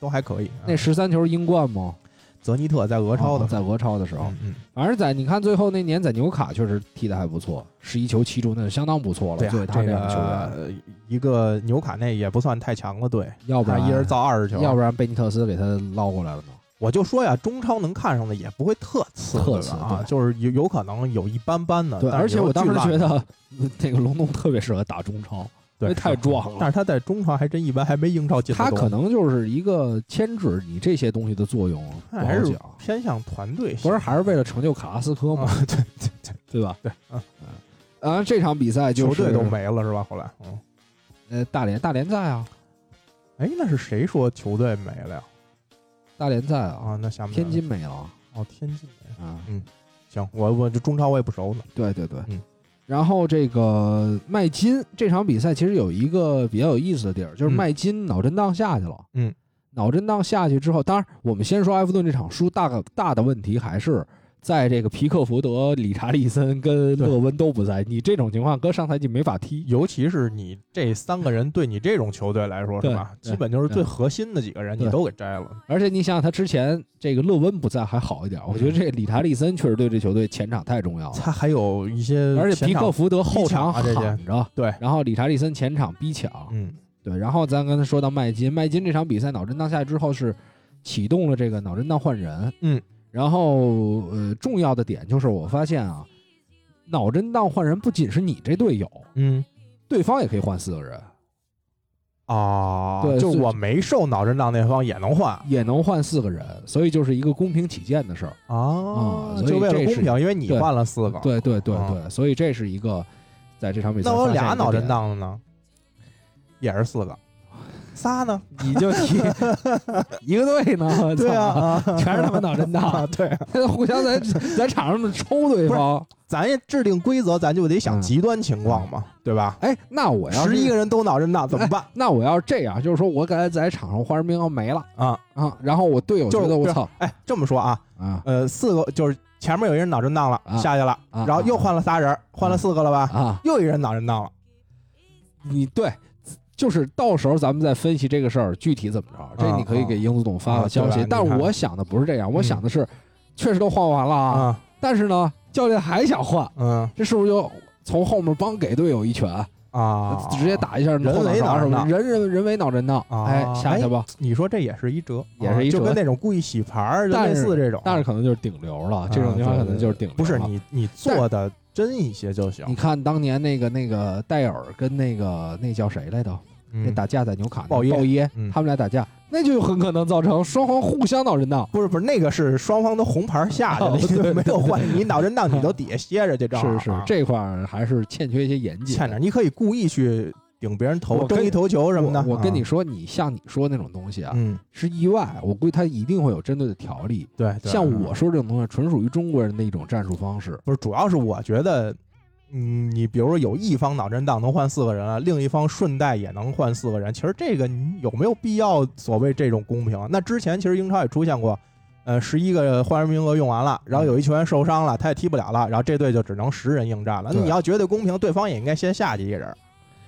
都还可以。啊那十三球英冠吗？泽尼特在俄超的哦在俄超的时时候候，，嗯，反正在你看最后那年在纽卡确实踢得还不错，十一球七助，那就相当不错了。对啊作为他这样的球员，个一个纽卡内也不算太强的队，要不他然一人造二十球，要不然贝尼特斯给他捞过来了呢。我就说呀，中超能看上的也不会特次，特对吧次啊对，就是有有可能有一般般的。对，呃但是而且有我当时巨烂觉的得呃 <laughs> 那个龙东特别适合打中超，因对为太是壮了但是他在中超还真一般，还没英超进得他多可能就是一个牵制你这些东西的作用，不好还是讲。偏向团队型，不是还是为了成就卡拉斯科吗？啊？对对对，对吧？对嗯嗯，啊，这场比赛就球是队都没了是吧？后来，嗯，呃，大连大连在啊，哎，那是谁说球队没了呀？大连在啊，啊，那下面天津没了哦，天津没了。啊，行，我我这中超我也不熟呢。对对对，嗯然后这个麦金这场比赛其实有一个比较有意思的地儿，就是嗯麦金脑震荡下去了。嗯，脑震荡下去之后，当然我们先说埃弗顿这场输，大个大的问题还是在这个皮克福德、理查利森跟对勒温都不在，你这种情况搁上赛季没法踢。尤其是你这三个人对你这种球队来说是对吧？对基本就是对最核心的几个人你对都给摘了。而且你想想，他之前这个勒温不在还好一点，嗯我觉得这理查利森确实对这球队前场太重要了。他还有一些而且前皮场克福德后场逼抢啊这些喊着，对然后理查利森前场逼抢，嗯，对，然后咱刚才说到麦金，麦金这场比赛脑震荡下去之后是启动了这个脑震荡换人，嗯，然后呃重要的点就是我发现啊，脑震荡换人不仅是你这队有，嗯对方也可以换四个人，啊，对就所以我没受脑震荡那方也能换也能换四个人，所以就是一个公平起见的事儿。啊啊所以就为了这公是平，因为你对换了四个，对对对啊对，所以这是一个在这场比赛那我有发现俩一个脑震点，荡的呢，也是四个，<laughs> 仨呢？你就 <laughs> 踢一个队呢，我对啊，操，<laughs> 啊全是他妈脑震啊， <laughs> 荡，对啊，互相 <laughs> 在在场上抽对不是方。咱也制定规则，咱就得嗯想极端情况嘛，对吧？哎，那我要十一个，个人都脑震荡怎么 <laughs> 办那我要是这样，就是说我刚才在场上花人兵要没了啊？啊，然后我队友就觉是得不我是操哎，这么说啊，啊呃，四个就是前面有一人脑震荡了，啊下去了，啊然后又换了仨人，换了四个了吧？啊，又一人脑震荡了，你对。就是到时候咱们再分析这个事儿具体怎么着，这你可以给英子董发啊个消息。对吧但你看嗯我想的不是这样，我想的是，确实都换完了啊，啊，但是呢，教练还想换，嗯这是不是就从后面帮给队友一拳，啊，直接。打一下人为脑什震么荡人人人为脑震荡？啊哎，下去吧。你说这也是一折，啊也是一折就跟那种故意洗牌儿，就但类是似这种。但是啊可能就是顶流了，这种啊地方可对能就是顶流了。不是你你做的真一些就行你。看当年那个那个戴尔跟那个那叫谁来着？那嗯打架在纽卡那鲍耶鲍耶嗯，他们俩打架，那就很可能造成双方互相脑震荡。不是不是，那个是双方都红牌下去了，哦对对你对没有换，你脑震荡你都底下 <laughs> 歇着去，正好是是啊，这块儿还是欠缺一些严谨。欠点。你可以故意去顶别人头，我跟争一头球什么的。我我跟你啊，说，你像你说那种东西啊，嗯，是意外，我估计他一定会有针对的条例。对，对像嗯我说这种东西，纯属于中国人的一种战术方式。不是，主要是我觉得，嗯，你比如说有一方脑震荡能换四个人啊，另一方顺带也能换四个人。其实这个你有没有必要所谓这种公平啊？那之前其实英超也出现过，呃，十一个换人名额用完了，然后有一球员受伤了，他也踢不了了，然后这队就只能十人应战了。那对你要觉得公平，对方也应该先下去一个人，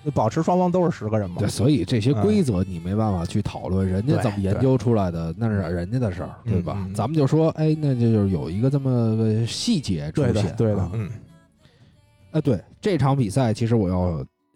就保持双方都是十个人嘛对，。所以这些嗯规则你没办法去讨论，人家怎么研究出来的，那是人家的事儿，嗯对吧嗯？咱们就说，哎，那就就是有一个这么个细节出对的现，，对的啊，嗯呃，对这场比赛，其实我要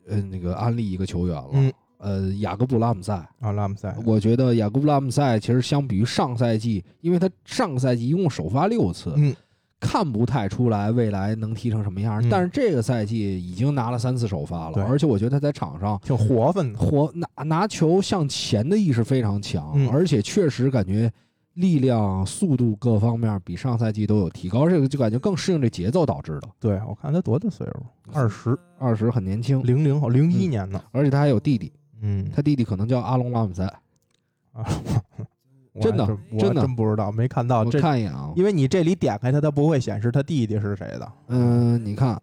呃那个安利一个球员了，嗯呃，雅各布拉姆塞。啊，拉姆塞，我觉得雅各布拉姆塞其实相比于上赛季，因为他上赛季一共首发六次，嗯，看不太出来未来能踢成什么样。嗯但是这个赛季已经拿了三次首发对了，而且我觉得他在场上挺活泛的。活拿拿球向前的意识非常强，嗯而且确实感觉力量、速度各方面比上赛季都有提高，这个就感觉更适应这节奏导致的。对我看他多大岁数？二十二十很年轻，零零后，零嗯一年的。而且他还有弟弟，嗯，他弟弟可能叫阿隆拉姆塞，啊，我真的还我真的真不知道，没看到我这，看一眼啊，因为你这里点开它，它不会显示他弟弟是谁的。嗯、你看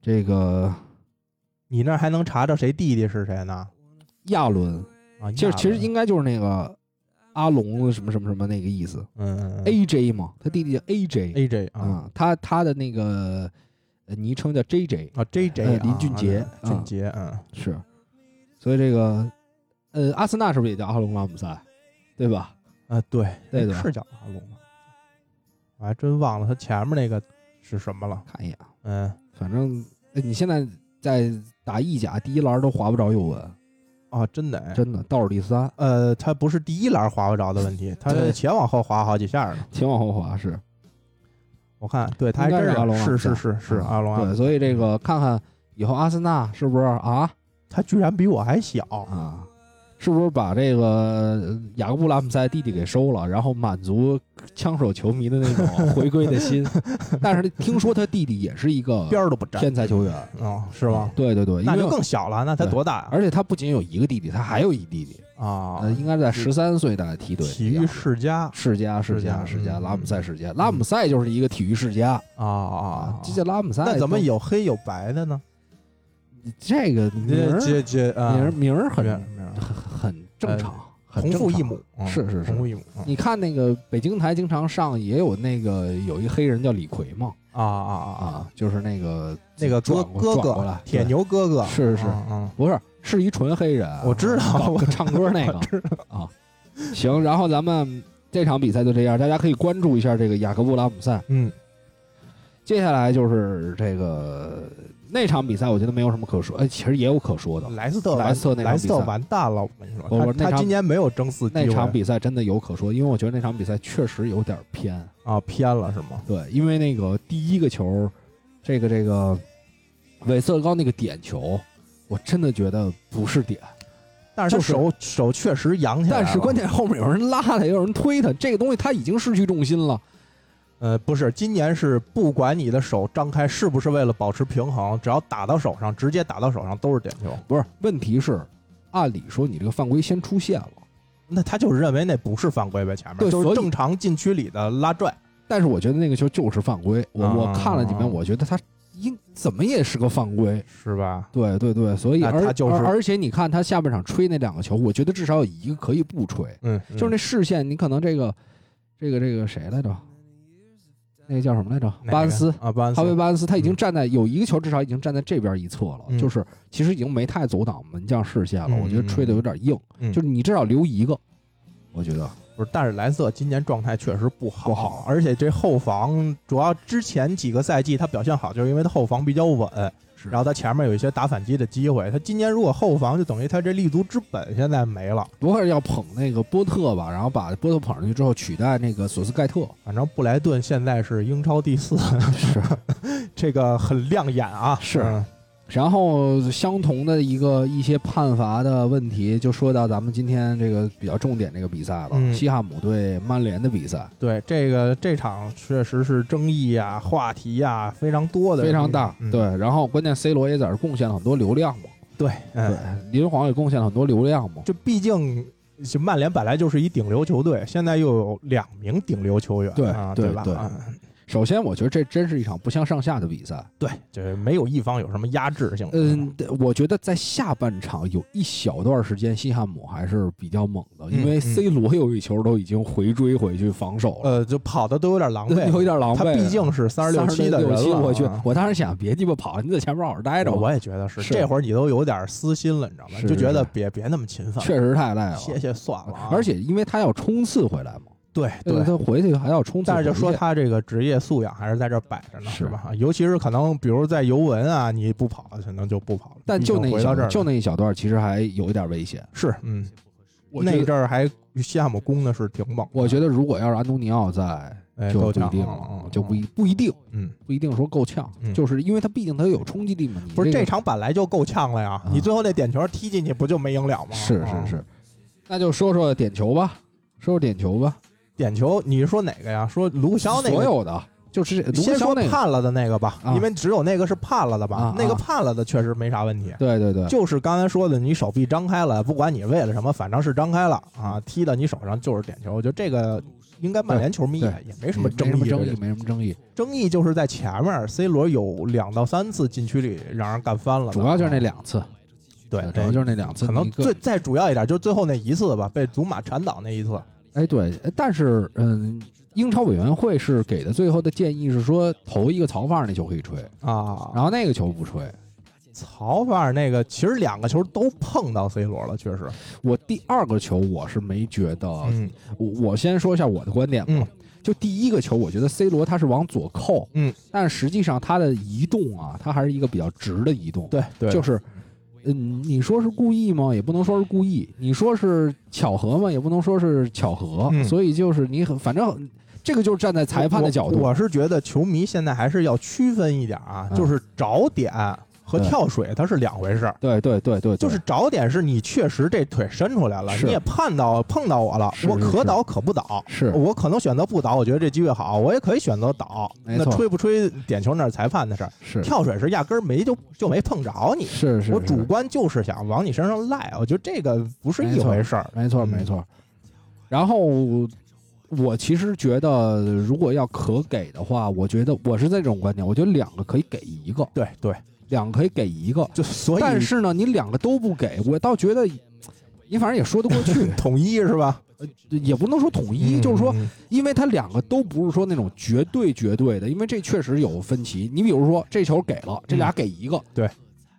这个你那儿还能查着谁弟弟是谁呢？亚伦，啊，其实其实应应该就是那个阿隆什么什么什么那个意思嗯，AJ 嘛，他弟弟叫 AJ A J 啊啊，他他的那个呃昵称叫 JJ 啊 J J 呃林俊杰啊俊杰嗯是，所以这个呃阿森纳是不是也叫阿隆拉姆塞，对吧？啊对对的是叫阿龙吗？我还真忘了他前面那个是什么了。看一眼，啊，嗯反正、呃你现在在打意甲第一栏都划不着右文，啊，真的哎真的倒数第三，呃，他不是第一栏划不着的问题，他对前往后划好几下呢。请往后滑是我看，对，他还应该真是阿隆阿是姆是塞是是啊阿隆阿姆对，塞，所以这个看看以后阿森纳是不是啊他居然比我还小啊，是不是把这个呃雅各布拉姆塞弟弟给收了，然后满足枪手球迷的那种回归的心？但是听说他弟弟也是一个边儿都不沾天才球员，哦，是吗？对对对，因那就为更小了，那他嗯对多大呀？而且他不仅有一个弟弟，他还有一弟弟，啊呃，，应该在十三岁的梯队。啊体育世家世家，世家，世家世家，嗯拉姆塞世家，拉姆塞就是一个体育世家啊啊，这叫拉姆塞。那怎么有黑有白的呢？这个名儿这这名儿啊，哎名儿很明儿明儿很很正常，很同正父常异母。，嗯是是是同父异母嗯你看那个北京台经常上，也有那个有一黑人叫李逵嘛，啊啊啊啊！啊，就是那个那个哥转过哥转过来哥，铁牛哥哥是是是嗯嗯不是是一纯黑人，我知道，搞我唱歌那个啊。行，然后咱们这场比赛就这样，大家可以关注一下这个雅各布拉姆塞。嗯接下来就是这个那场比赛，我觉得没有什么可说，哎，其实也有可说的。莱斯特完，莱斯特那场莱斯特比赛完蛋了，我跟你说，不不那他他场今年没有哎争四机那会场比赛真的有可说，因为我觉得那场比赛确实有点偏。啊偏了是吗？对，因为那个第一个球，这个这个韦瑟高那个点球，我真的觉得不是 <laughs> 点，但是就他是手手确实扬起来了，但是关键后面有人拉他，也有人推他，这个东西他已经失去重心了。呃不是，今年是不管你的手张开是不是为了保持平衡，只要打到手上，直接打到手上都是点球。不是，问题是，按理说你这个犯规先出现了，那他就认为那不是犯规呗，前面对就是所以正常禁区里的拉拽，但是我觉得那个球就是犯规，我、啊我看了几啊遍，我觉得他应怎么也是个犯规。是吧？对对对，所以那而他就是而而且你看他下半场吹那两个球，我觉得至少有一个可以不吹，嗯，就是那视线，你可能这个这个这个谁来着？那个叫什么来着？那巴恩斯，啊，巴恩哈维斯巴恩斯，他已经嗯站在有一个球，至少已经站在这边一侧了，嗯就是其实已经没太阻挡门将视线了。嗯我觉得吹的有点硬，嗯就是你至少留一个，我觉得不是，但是莱斯特今年状态确实不好，不好而且这后防主要之前几个赛季他表现好，就是因为他后防比较稳，是然后他前面有一些打反击的机会。他今年如果后防，就等于他这立足之本现在没了。不会要捧那个波特吧？然后把波特捧上去之后，取代那个索斯盖 <laughs> 特，反正布莱顿现在是英超第四，是。这个很亮眼啊。是嗯 <laughs> 然后相同的一个一些判罚的问题，就说到咱们今天这个比较重点这个比赛了，嗯西汉姆对曼联的比赛。对这个这场确实是争议啊、话题啊非常多的，非常大，嗯、对。然后关键 C 罗也在这儿贡献了很多流量嘛，对，嗯，对，林皇也贡献了很多流量嘛，就毕竟。就曼联本来就是一顶流球队，现在又有两名顶流球员，对啊，对吧？对嗯首先，我觉得这真是一场不相上下的比赛。对，就是没有一方有什么压制性。嗯，我觉得在下半场有一小段时间，西汉姆还是比较猛的，因为嗯 C 罗有一球都已经回追回去防守了，呃，就跑的都有点呃狼狈，嗯有一点狼狈他了。毕竟是三十六七七的人了，我去啊，我当时想，别鸡巴跑，你在前面好好待着吧。我也觉得是，是这会儿你都有点私心了，你知道吗？是就觉得是别别那么勤奋，确实太累了，歇歇算了啊。而且因为他要冲刺回来嘛，对对呃，他回去还要冲刺但回是去。就说他这个职业素养还是在这儿摆着呢，是是吧？啊尤其是可能比如在尤文啊，你不跑可能就不跑了，但就那已经一回到小这儿段，了就那一小段，其实还有一点危险。是嗯，觉那得阵儿还西汉姆攻的是挺猛的，我觉得如果要是安东尼奥在，哎，就不够一呛定嗯了嗯，就不一不一定嗯，不一定说够呛，嗯就是因为他毕竟他有冲击力嘛。你不是这这个场本来就够呛了呀啊，你最后那点球踢进去不就没赢了吗？是啊是，是，那就说说点球吧，说说点球吧，点球你是说哪个呀？说卢肖那所个。有的就是卢先肖说那个，判了的那个吧，啊因为只有那个是判了的吧啊，那个啊判了的确实没啥问题。对对对，就是刚才说的，你手臂张开了，不管你为了什么，反正是张开了啊，踢到你手上就是点球。我觉得这个应该曼联球迷啊对也也没什么嗯没争什么议，争议，这个没什么争议，争议就是在前面，C 罗有两到三次禁区里让人干翻了的，主要就是那两次，对，主要这就是那两次，可能你一个最再主要一点就是最后那一次吧，被祖马铲倒那一次，哎，对，呃但是嗯，英超委员会是给的最后的建议是说，头一个曹范儿那球可以吹，啊，然后那个球不吹。曹范儿那个其实两个球都碰到 C 罗了，确实，我第二个球我是没觉得，嗯我我先说一下我的观点吧。就第一个球，我觉得 C 罗他是往左扣，嗯，但实际上他的移动啊，他还是一个比较直的移动，对对，就是。嗯，你说是故意吗？也不能说是故意。你说是巧合吗？也不能说是巧合。嗯所以就是你很，反正这个就是站在裁判的角度我，我是觉得球迷现在还是要区分一点啊，嗯就是找点和对跳水它是两回事儿。对对对对，对就是找点是你确实这腿伸出来了，是你也判到碰到我了，是我是可是倒可不倒，是我可能选择不倒，我觉得这机会好，我也可以选择倒。没那错吹不吹点球那是裁判的事儿，是跳水是压根儿没就就没碰着你，是是，我是主观就是想往你身上赖，我觉得这个不是一回事儿。没错嗯没错。然后我其实觉得，如果要可给的话，我觉得我是这种观点，我觉得两个可以给一个，对对，两个可以给一个。就所以，但是呢，你两个都不给，我倒觉得你反正也说得过去 <laughs> 统一是吧？也不能说统一，嗯就是说，嗯因为他两个都不是说那种绝对绝对的，因为这确实有分歧。你比如说这球给了，这俩给一个，对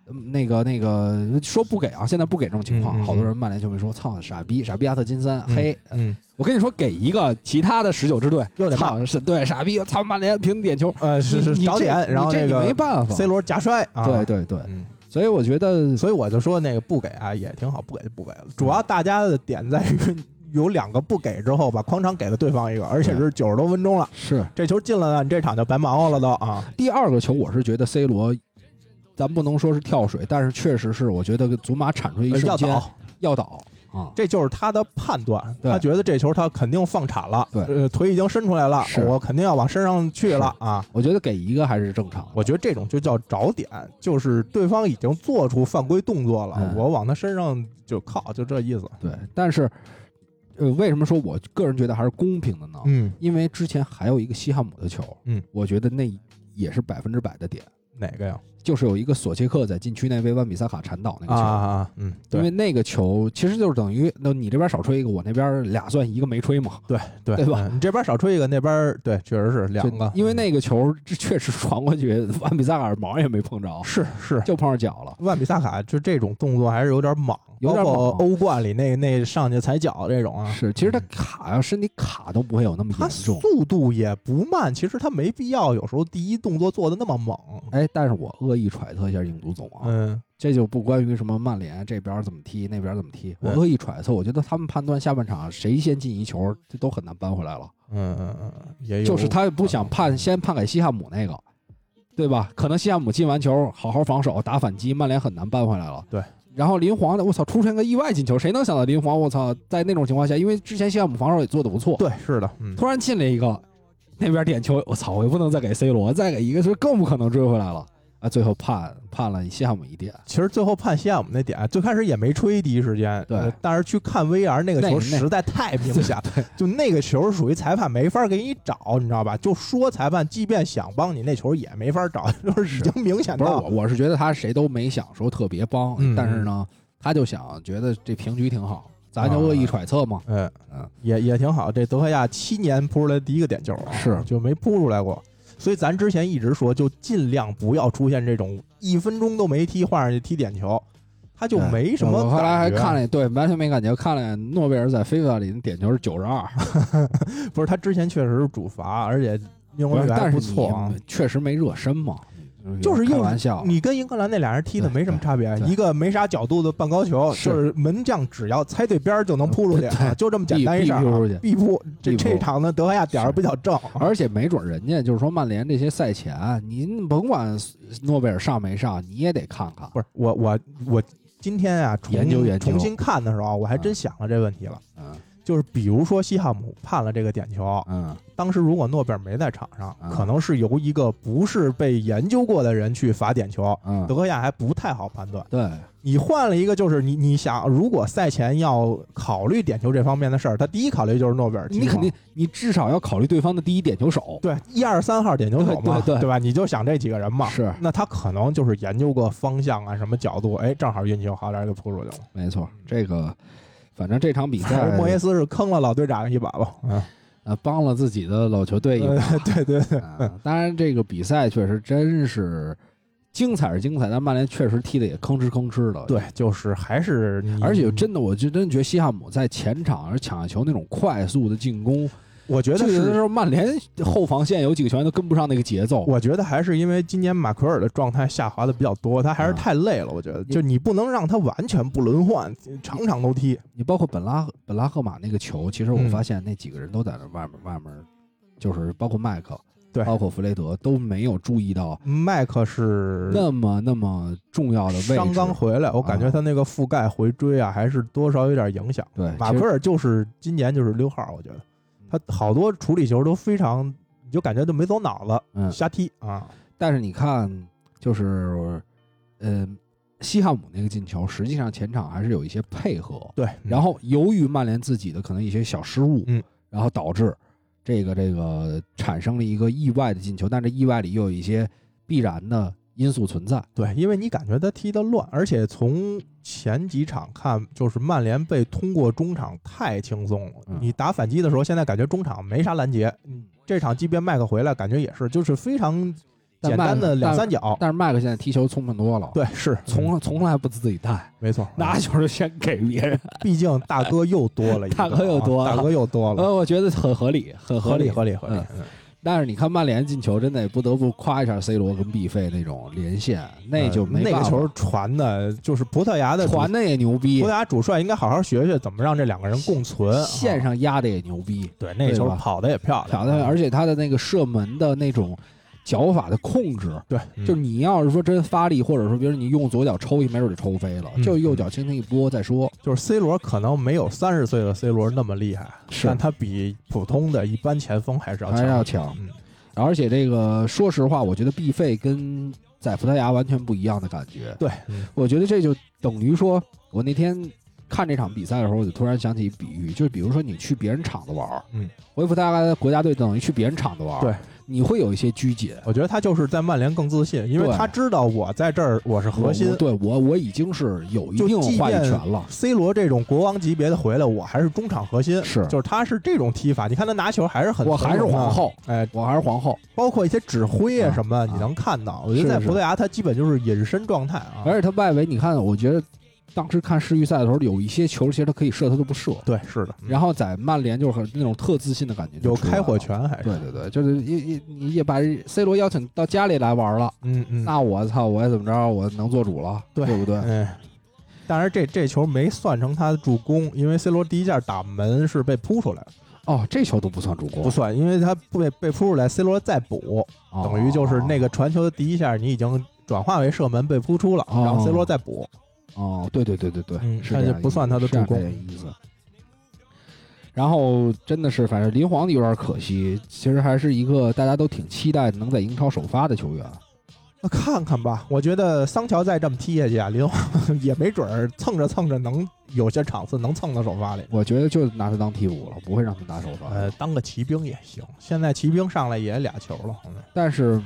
嗯。那个那个说不给啊，现在不给这种情况，嗯嗯嗯好多人曼联球迷说：“操，傻逼，傻逼阿特金森，嗯嘿，嗯，我跟你说，给一个其他的十九支队又得骂操是对傻逼，操曼联凭点球，呃，是是你找这点，然后你这那你没个办法 C 罗夹摔啊，对对对，嗯。所以我觉得所以我就说那个不给啊也挺好，不给就不给了。主要大家的点在于有两个不给之后吧，哐当给了对方一个，而且是九十多分钟了，是这球进了呢，你这场就白忙活了都啊。第二个球，我是觉得 C 罗，咱不能说是跳水，但是确实是我觉得祖马铲出一呃瞬要间倒，嗯要倒啊，这就是他的判断，对他觉得这球他肯定放铲了，对呃，腿已经伸出来了是，我肯定要往身上去了啊。我觉得给一个还是正常的。我觉得这种就叫找点，就是对方已经做出犯规动作了，嗯我往他身上就靠，就这意思。对，但是呃，为什么说我个人觉得还是公平的呢？嗯，因为之前还有一个西汉姆的球，嗯，我觉得那也是百分之百的点。哪个呀？就是有一个索切克在禁区内被万比萨卡铲倒那个啊球，啊，啊嗯，因为对那个球其实就是等于那你这边少吹一个，我那边俩算一个没吹嘛，对对对吧嗯你这边少吹一个，那边对，确实是两就个，因为那个球这确实传过去，万比萨卡毛也没碰 <laughs> 着，是是就碰上脚了。万比萨卡就这种动作还是有点莽，有点包莽括欧冠里那那上去踩脚这种啊，是，其实他卡呀，身体卡都不会有那么他严重。速度也不慢，其实他没必要有时候第一动作做的那么猛。哎，但是我恶意揣测一下影足总啊，嗯，这就不关于什么曼联这边怎么踢，那边怎么踢，我嗯恶意揣测，我觉得他们判断下半场谁先进一球，这都很难扳回来了。嗯嗯嗯，也有，就是他也不想判，先判给西汉姆那个，对吧？可能西汉姆进完球，好好防守，打反击，曼联很难扳回来了。对。然后林皇的，我操，出现个意外进球，谁能想到林皇？我操，在那种情况下，因为之前西汉姆防守也做得不错，对，是的，嗯，突然进了一个，那边点球，我操，我也不能再给 C 罗，再给一个，就更不可能追回来了。啊，最后判判了西汉姆一点，其实最后判西汉姆那点，最开始也没吹第一时间，对呃但是去看 VR 那个那球个那实在太 <laughs> 明显了，就那个球属于裁判没法给你找，你知道吧？就说裁判即便想帮你，那球也没法找， <laughs> 就是已经明显不是到我，我是觉得他谁都没想说特别帮，嗯但是呢，他就想觉得这平局挺好，咱就啊恶意揣测嘛。嗯嗯，也也挺好。这德赫亚七年扑出来第一个点球啊，是就没扑出来过。所以咱之前一直说，就尽量不要出现这种一分钟都没踢，换上去踢点球，他就哎没什么我感觉。后来还看了，对，完全没感觉。看了诺贝尔在 FIFA 里的点球是九十二，不是他之前确实是主罚，而且运动员但不是你错啊。嗯确实没热身嘛。就是开又玩笑，你跟英格兰那俩人踢的对没什么差别，对一个没啥角度的半高球，是就是门将只要猜对边儿就能扑出去，啊对就这么简单一事儿必必啊扑出去。必扑，这必扑这场呢，德赫亚点儿比较正啊，而且没准人家就是说曼联这些赛前，您甭管诺贝尔上没上，你也得看看。不是我我我今天啊重研究研究重新看的时候，我还真想了这问题了。嗯就是比如说西汉姆判了这个点球，嗯，当时如果诺贝尔没在场上，嗯可能是由一个不是被研究过的人去罚点球，嗯德赫亚还不太好判断。对，你换了一个，就是你你想，如果赛前要考虑点球这方面的事儿，他第一考虑就是诺贝尔踢嘛你肯定你至少要考虑对方的第一点球手。对一二三号点球手嘛，对对对吧？你就想这几个人嘛，是那他可能就是研究过方向啊，什么角度，哎，正好运气好点儿就扑出去了。没错，这个反正这场比反正赛莫耶斯是坑了老队长一把吧？嗯，呃帮了自己的老球队一把。呃对对 <laughs> 对，啊当然，这个比赛确实真是精彩是精彩，但曼联确实踢的也吭哧吭哧的。对，就是还是你，而且真的，我就真觉得西汉姆在前场而抢下球那种快速的进攻，我觉就得有的时是。候曼联后防线有几个球员都跟不上那个节奏。我觉得还是因为今年马奎尔的状态下滑的比较多，他还是嗯太累了。我觉得，就你不能让他完全不轮换，场场都踢。你包括本拉本拉赫马那个球，其实我嗯发现那几个人都在那外面外面，就是包括麦克，对包括弗雷德都没有注意到麦克是那么那么重要的位置。伤刚回来，我感觉啊他那个覆盖回追啊，还是多少有点影响。对马其实嗯奎尔就是今年就是溜号，我觉得他好多处理球都非常，你就感觉都没走脑子，嗯，瞎踢啊。但是你看，就是呃，西汉姆那个进球，实际上前场还是有一些配合。对，嗯然后由于曼联自己的可能一些小失误，嗯，然后导致这个这个产生了一个意外的进球，但这意外里又有一些必然的因素存在。对，因为你感觉他踢得乱，而且从前几场看，就是曼联被通过中场太轻松了。嗯你打反击的时候，现在感觉中场没啥拦截。嗯，这场即便麦克回来，感觉也是就是非常但简单的麦克两但三角。但是麦克现在踢球聪明多了，，对，是嗯从从来不自己带，<laughs> 没错，拿球就先给别 <laughs> 人，毕竟大哥又多 <laughs> 了一个啊，大哥又多了大哥又多了，呃，我觉得很合理，很合理。合理合理嗯。但是你看曼联进球，真的也不得不夸一下 C 罗跟 B 费那种连线，那就没呃嗯那办个法球传的，就是葡萄牙的主传的也牛逼葡萄，牙主帅应该好好学学怎么让这两个人共 <laughs> 存啊。线上压的也牛逼，对那个球对吧跑的也漂亮，漂亮，而且他的那个射门的那种脚法的控制，对，就是嗯你要是说真发力，或者说比如你用左脚抽一，没准就抽飞了，嗯就右脚轻轻一拨再说。就是 C 罗可能没有三十岁的 C 罗那么厉害，是但他比普通的一般前锋还是要还是要强强的。嗯，而且这个说实话，我觉得 B 费跟在葡萄牙完全不一样的感觉。对，嗯我觉得这就等于说，我那天看这场比赛的时候，我就突然想起一比喻，就是比如说你去别人场子玩儿，嗯，回葡萄牙的国家队等于去别人场子玩儿，对，你会有一些拘谨。我觉得他就是在曼联更自信，因为对他知道我在这儿我是核我心我。对我我已经是有一就定即话语便权了， C 罗这种国王级别的回来，我还是中场核心，是就是他是这种踢法。你看他拿球还是很，啊我还是皇，后，哎，我还是皇后。包括一些指挥啊啊什么，啊你能看到。我觉得是在是哎葡萄牙，他基本就是隐身状态啊。而且他外围，你看，我觉得当时看世预赛的时候，有一些球其实他可以射，他都不射。对，是的，然后在曼联就是很那种特自信的感觉，有开火。权还是对对对，就是也也你也把 C 罗邀请到家里来玩了，嗯嗯，那我操，我也怎么着，我能做主了，对对不对？嗯。但是这这球没算成他的助攻，因为 C 罗第一下打门是被扑出来的，哦，这球都不算助攻，不算，因为他被被扑出来，C 罗再补，哦等于就是那个传球的第一下你已经转化为射门被扑出了，哦然后 C 罗再补，哦，对对对对对，嗯是那这就样不意思算他的是这样助攻这个意思。然后真的是，反正林皇帝有点可惜，其实还是一个大家都挺期待能在英超首发的球员。那看看吧。我觉得桑乔再这么踢下去啊，林皇 <laughs> 也没准儿蹭着蹭着能有些场次能蹭到首发里。我觉得就拿他当替补了，不会让他拿首发。呃，当个骑兵也行。现在骑兵上来也俩球了，好像但是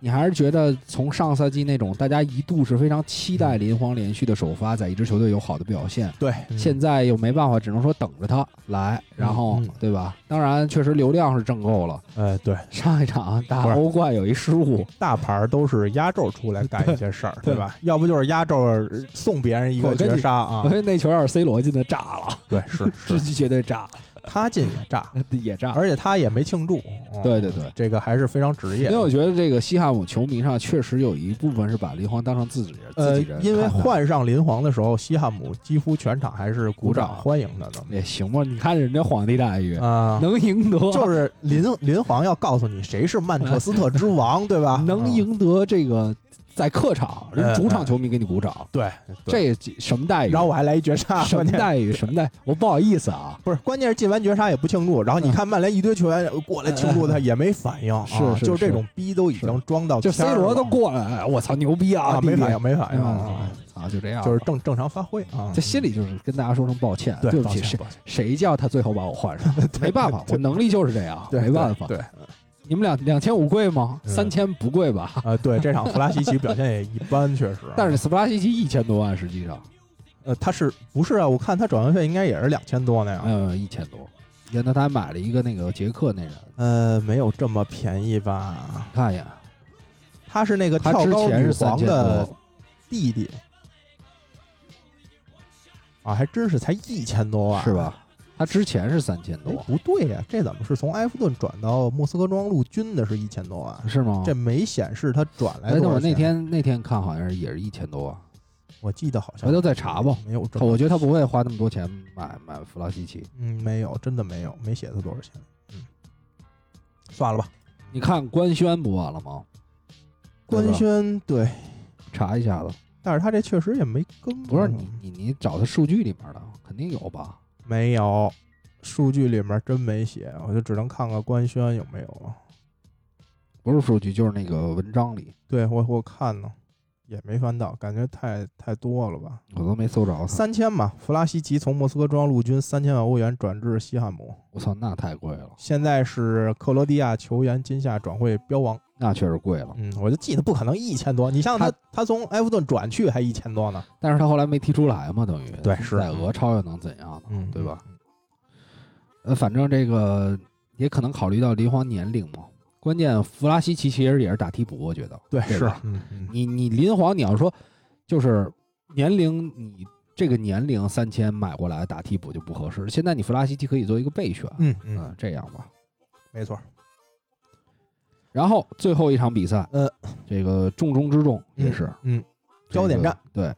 你还是觉得从上赛季那种大家一度是非常期待嗯林皇连续的首发，在一支球队有好的表现，对，现在又没办法，只能说等着他来，然后、嗯对吧？当然，确实流量是挣够了。呃对，上一场不打是欧冠有一失误，大牌儿都是压轴出来干一些事儿，对对吧？要不就是压轴儿送别人一个我跟绝你杀 <laughs> 啊我觉，得那球要是 C 罗进的炸了，对，是这是。就绝对炸了。 <laughs> 他进也炸，也炸。而且他也没庆祝。嗯对对对，这个还是非常职业因的。为我觉得这个西汉姆球迷上确实有一部分是把林皇当成自己人，呃自己人，看待，因为换上林皇的时候，西汉姆几乎全场还是鼓掌鼓掌欢迎的呢。也行吧？你看人家皇帝待遇，啊，能赢得就是林林皇要告诉你谁是曼彻斯特 <laughs> 之王，对吧？能嗯，赢得这个在客场，人嗯主场球迷给你鼓掌，对，对这什么待遇？然后我还来一绝杀，什关么键待遇？什么待遇？我不好意思啊，不是，关键是进完绝杀也不庆祝，然后嗯你看曼联一堆球员过来庆祝他也没反应，啊是是就是这种逼都已经装到就天 C 儿罗了都过来，哎我操，牛逼啊！啊，没反应，应没反应啊啊，啊，就这样吧，就是正正常发挥啊在。心里就是跟大家说声抱歉，对，对不抱起，歉谁抱歉谁叫他最后把我换上？ <laughs> 没办法，我能力就是这样，对没办法。对你们两两千五贵吗？嗯三千不贵吧？呃，对这场弗拉西奇表现也一般，确实。 <laughs> 但是斯普拉西奇一千多万，实际上，呃，他是不是啊？我看他转会费应该也是两千多那样。嗯，一千多。原来他还买了一个那个捷克那人，呃，没有这么便宜吧？看一眼，他是那个他跳之高前女是三皇千的多，弟弟啊，还真是才一千多万，是？吧？他之前是三千哎多，，不对呀、这怎么是从埃弗顿转到莫斯科庄陆军的是一千多万？是吗？哎这没显示他转哎，来多那少我钱啊那天那天看好像是也是一千多万，我记得好像回头再查吧，没有这他么，我觉得他不会花那么多钱买买弗拉西奇。嗯，没有，真的没有，没写他多少钱。嗯，算了吧，你看官宣不完了吗？对吧官宣对，查一下子，但是他这确实也没更，啊不是你你你找他数据里面的，肯定有吧？没有，数据里面真没写，我就只能看看官宣有没有了。不是数据就是那个文章里，对我我看呢，也没翻到，感觉太太多了吧？我都没搜着他。三千吧，弗拉西奇从莫斯科中央陆军三千万欧元转至西汉姆，我操，那太贵了，现在是克罗地亚球员今夏转会标王。那确实贵了。嗯，我就记得不可能一千多，你像他他他从埃弗顿转去还一千多呢。但是他后来没踢出来嘛，等于对是在俄超又能怎样呢？嗯对吧？呃，反正这个也可能考虑到林皇年龄嘛。关键弗拉西奇其实也是打替补，我觉得。对，对是吧，嗯嗯，你你林皇，你要说就是年龄，你这个年龄三千买过来打替补就不合适。现在你弗拉西奇可以做一个备选，嗯嗯，嗯，这样吧。没错。然后最后一场比赛，呃，这个重中之重也是、嗯，这焦点个战，对，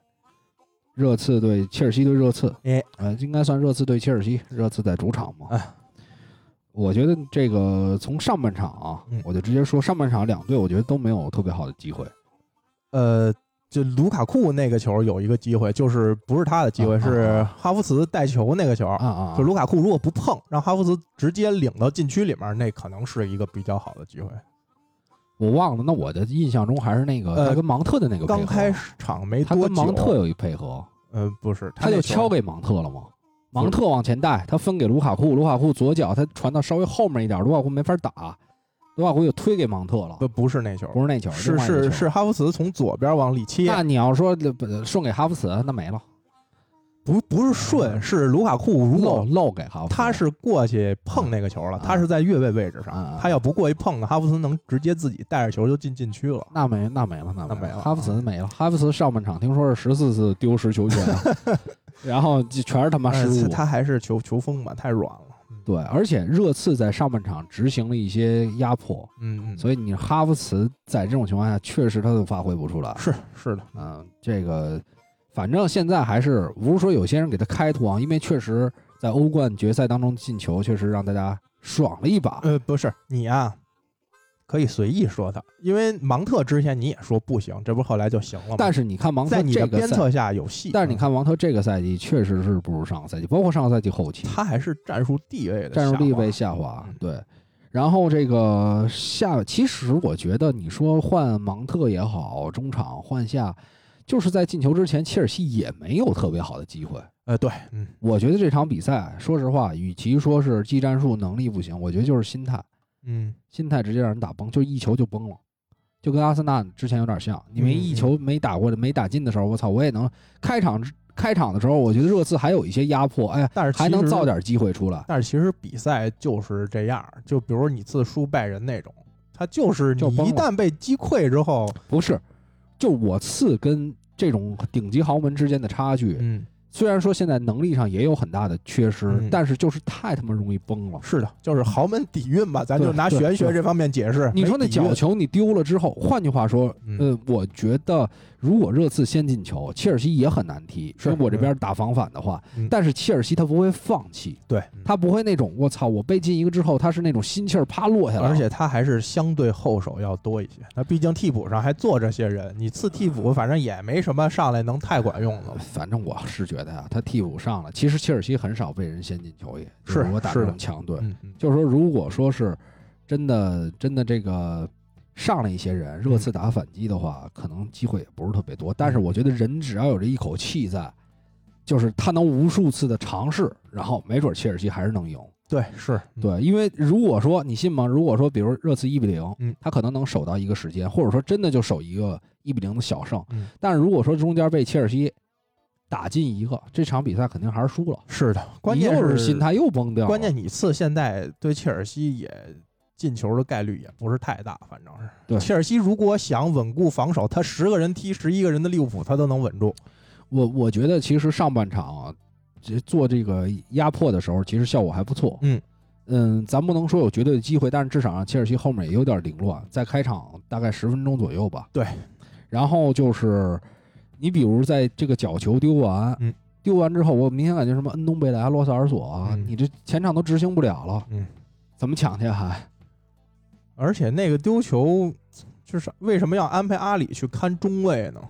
热刺对切尔西对热刺，哎，呃，应该算热刺对切尔西，热刺在主场嘛。哎我觉得这个从上半场啊，嗯我就直接说上半场两队，我觉得都没有特别好的机会。呃，就卢卡库那个球有一个机会，就是不是他的机啊会，啊是啊哈弗茨带球那个球。啊啊，就卢卡库如果不碰，让哈弗茨直接领到禁区里面，那可能是一个比较好的机会。我忘了，那我的印象中还是那个、呃他跟芒特的那个配合刚开始场没他多跟久，芒特有一配合，呃，不是，他那就球敲给芒特了嘛。芒特往前带，他分给卢卡库，卢卡库左脚他传到稍微后面一点，卢卡库没法打，卢卡库又推给芒特了，不不是那球，不是那球，是另外一个是球是。哈弗茨从左边往里切，那你要说呃送给哈弗茨，那没了，不不是顺，是卢卡库如漏果漏给哈弗茨。他是过去碰那个球了，嗯他是在越位位置嗯嗯上，他要不过去碰呢，哈弗茨能直接自己带着球就进禁区了。那没那没了，那那没了啊哈弗茨没了，哈弗茨上半场听说是十四次丢失球 <laughs> 权，然后就全是他妈失呃误。他还是球球风吧，太软了。对，而且热刺在上半场执行了一些压迫，嗯嗯，所以你哈弗茨在这种情况下，确实他都发挥不出来。是是的，嗯，这个反正现在还是不是说有些人给他开脱啊，因为确实在欧冠决赛当中进球，确实让大家爽了一把。呃，不是你啊，可以随意说他，因为芒特之前你也说不行，这不后来就行了吗？但是你看芒特在你的这个鞭赛，策嗯下有戏，但是你看芒特这个赛季确实是不如上个赛季，包括上个赛季后期嗯他还是战术地位的战术地位下下滑嗯，对。然后这个下，其实我觉得你说换芒特也好，中场换下，就是在进球之前，切尔西也没有特别好的机会。滑，呃，对，嗯，我觉得这场比赛，说实话，与其说是技战术能力不行，我觉得就是心态，嗯，心态直接让人打崩，就一球就崩了，就跟阿森纳之前有点像。你没嗯一球没打过的、没打进的时候，我操，我也能开场之开场的时候，我觉得热刺还有一些压迫，哎，但是还能其实造点机会出来，但是其实比赛就是这样，就比如你次输拜仁那种，他就是你就崩了一旦被击溃之后，不是？就我次跟这种顶级豪门之间的差距，嗯，虽然说现在能力上也有很大的缺失，嗯但是就是太他妈容易崩了。是的，就是豪门底蕴吧，咱就对拿对玄学对这方面解释。你说那没底蕴角球你丢了之后，换句话说，嗯呃，我觉得如果热刺先进球，切尔西也很难踢。是因为我这边打防反的话嗯，但是切尔西他不会放弃，对，嗯他不会那种我操，我被进一个之后，他是那种心气儿啪落下来了，而且他还是相对后手要多一些。那毕竟替补上还坐这些人，你次替补反正也没什么上来能太管用的了。反正我是觉得啊，他替补上了。其实切尔西很少被人先进球也，是就是我打这是的种强队，嗯，嗯就是说，如果说是真的真的这个上了一些人，热刺打反击的话，嗯可能机会也不是特别多。但是我觉得人只要有这一口气在，就是他能无数次的尝试，然后没准切尔西还是能赢。对，是，嗯对，因为如果说你信吗？如果说比如热刺一比零，嗯他可能能守到一个时间，或者说真的就守一个一比零的小胜。嗯但是如果说中间被切尔西打进一个，这场比赛肯定还是输了。是的。关键又是是心态又崩掉了，关键你次现在对切尔西也进球的概率也不是太大，反正是。对切尔西如果想稳固防守，他十个人踢十一个人的利物浦，他都能稳住。我我觉得其实上半场啊这做这个压迫的时候，其实效果还不错。嗯嗯咱不能说有绝对的机会，但是至少让啊切尔西后面也有点凌乱，在开场大概十分钟左右吧。对，然后就是你比如在这个角球丢完，嗯丢完之后，我明显感觉什么恩东贝莱、洛塞尔索啊，嗯你这前场都执行不了了，嗯，怎么抢去还？而且那个丢球，就是为什么要安排阿里去看中卫呢？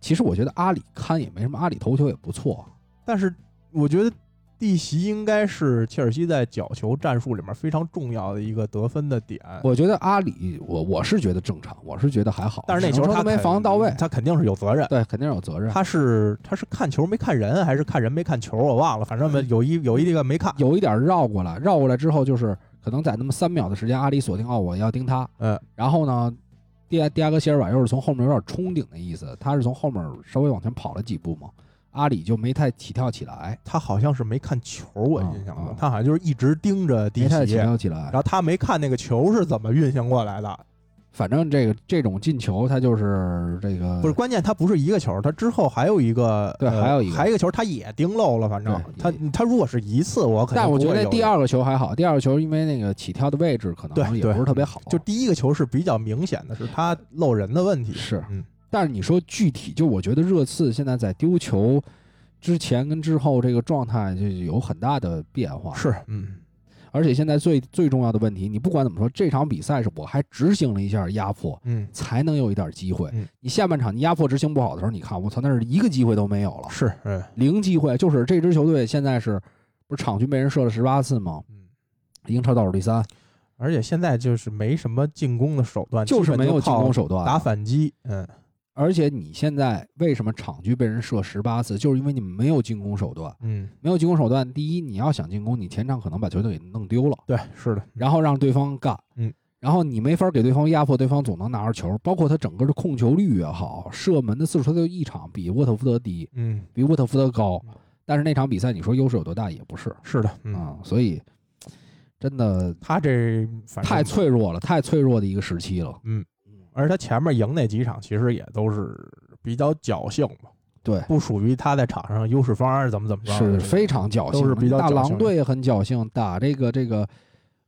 其实我觉得阿里看也没什么，阿里头球也不错。但是我觉得弟媳应该是切尔西在角球战术里面非常重要的一个得分的点。我觉得阿里，我我是觉得正常，我是觉得还好。但是那球只能他说没肯防到位，他肯定是有责任。对，肯定有责任。他是他是看球没看人，还是看人没看球？我忘了，反正有一有一个没看。有一点绕过来，绕过来之后就是可能在那么三秒的时间，阿里锁定哦，我要盯他。嗯，然后呢，迪亚迪亚哥席尔瓦又是从后面有点冲顶的意思，他是从后面稍微往前跑了几步嘛，阿里就没太起跳起来，他好像是没看球，我印象啊中啊，他好像就是一直盯着迪没太奇，起然跳起来。后他没看那个球是怎么运行过来的。反正这个这种进球，他就是这个不是，关键他不是一个球，他之后还有一个，对呃还有一个还有一个球，他也盯漏了。反正他对他如果是一次，我肯定但我不觉会得有第二个球还好，第二个球因为那个起跳的位置可能对也对不是特别好，就第一个球是比较明显的，是他漏人的问题。是嗯，但是你说具体，就我觉得热刺现在在丢球之前跟之后这个状态就有很大的变化，是，嗯，而且现在最最重要的问题，你不管怎么说，这场比赛是我还执行了一下压迫，嗯，才能有一点机会。嗯你下半场你压迫执行不好的时候，你看我操，那是一个机会都没有了，是，嗯，零机会。就是这支球队现在是不是场均被人射了十八次吗？嗯，英超倒数第三，而且现在就是没什么进攻的手段，就是基本没有进靠攻手段啊，打反击，嗯，而且你现在为什么场均被人射十八次，就是因为你没有进攻手段。嗯，没有进攻手段，第一，你要想进攻，你前场可能把球队给弄丢了，对，是的，然后让对方干，嗯，然后你没法给对方压迫，对方总能拿着球，包括他整个的控球率也好，射门的次数他就一场比沃特福德低，嗯，比沃特福德高嗯，但是那场比赛你说优势有多大也不是是的，嗯，啊，所以真的他这反正太脆弱了，太脆弱的一个时期了，嗯，而他前面赢那几场其实也都是比较侥幸嘛，对不属于他在场上优势方案是怎么怎么着的，是这个非常侥幸都的，是比较大侥狼幸的队也很侥幸，打这个这个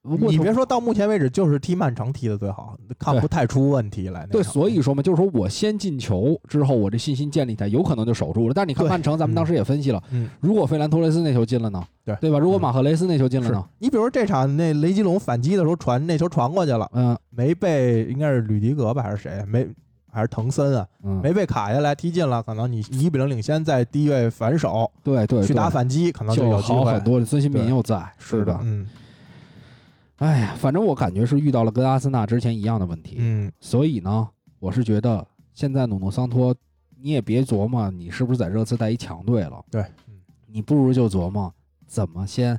沃特福德，你别说到目前为止，就是踢曼城踢的最好，看不太出问题来。那对，场所以说嘛，就是说我先进球之后，我这信心建立起来，有可能就守住了。但是你看对曼城，咱们当时也分析了，嗯嗯如果费兰托雷斯那球进了呢，对吧？如果嗯马赫雷斯那球进了是呢，你比如这场那雷吉隆反击的时候传那球传过去了，嗯没被应该是吕迪格吧还是谁没还是滕森啊嗯，没被卡下来踢进了，可能你一比零领先，在低位反手对对，去打对反击，可能就有机好会很。多了。孙兴民对又在，对吧？嗯哎呀，反正我感觉是遇到了跟阿森纳之前一样的问题，嗯，所以呢，我是觉得现在努诺桑托，你也别琢磨你是不是在热刺带一强队了，对，你不如就琢磨怎么先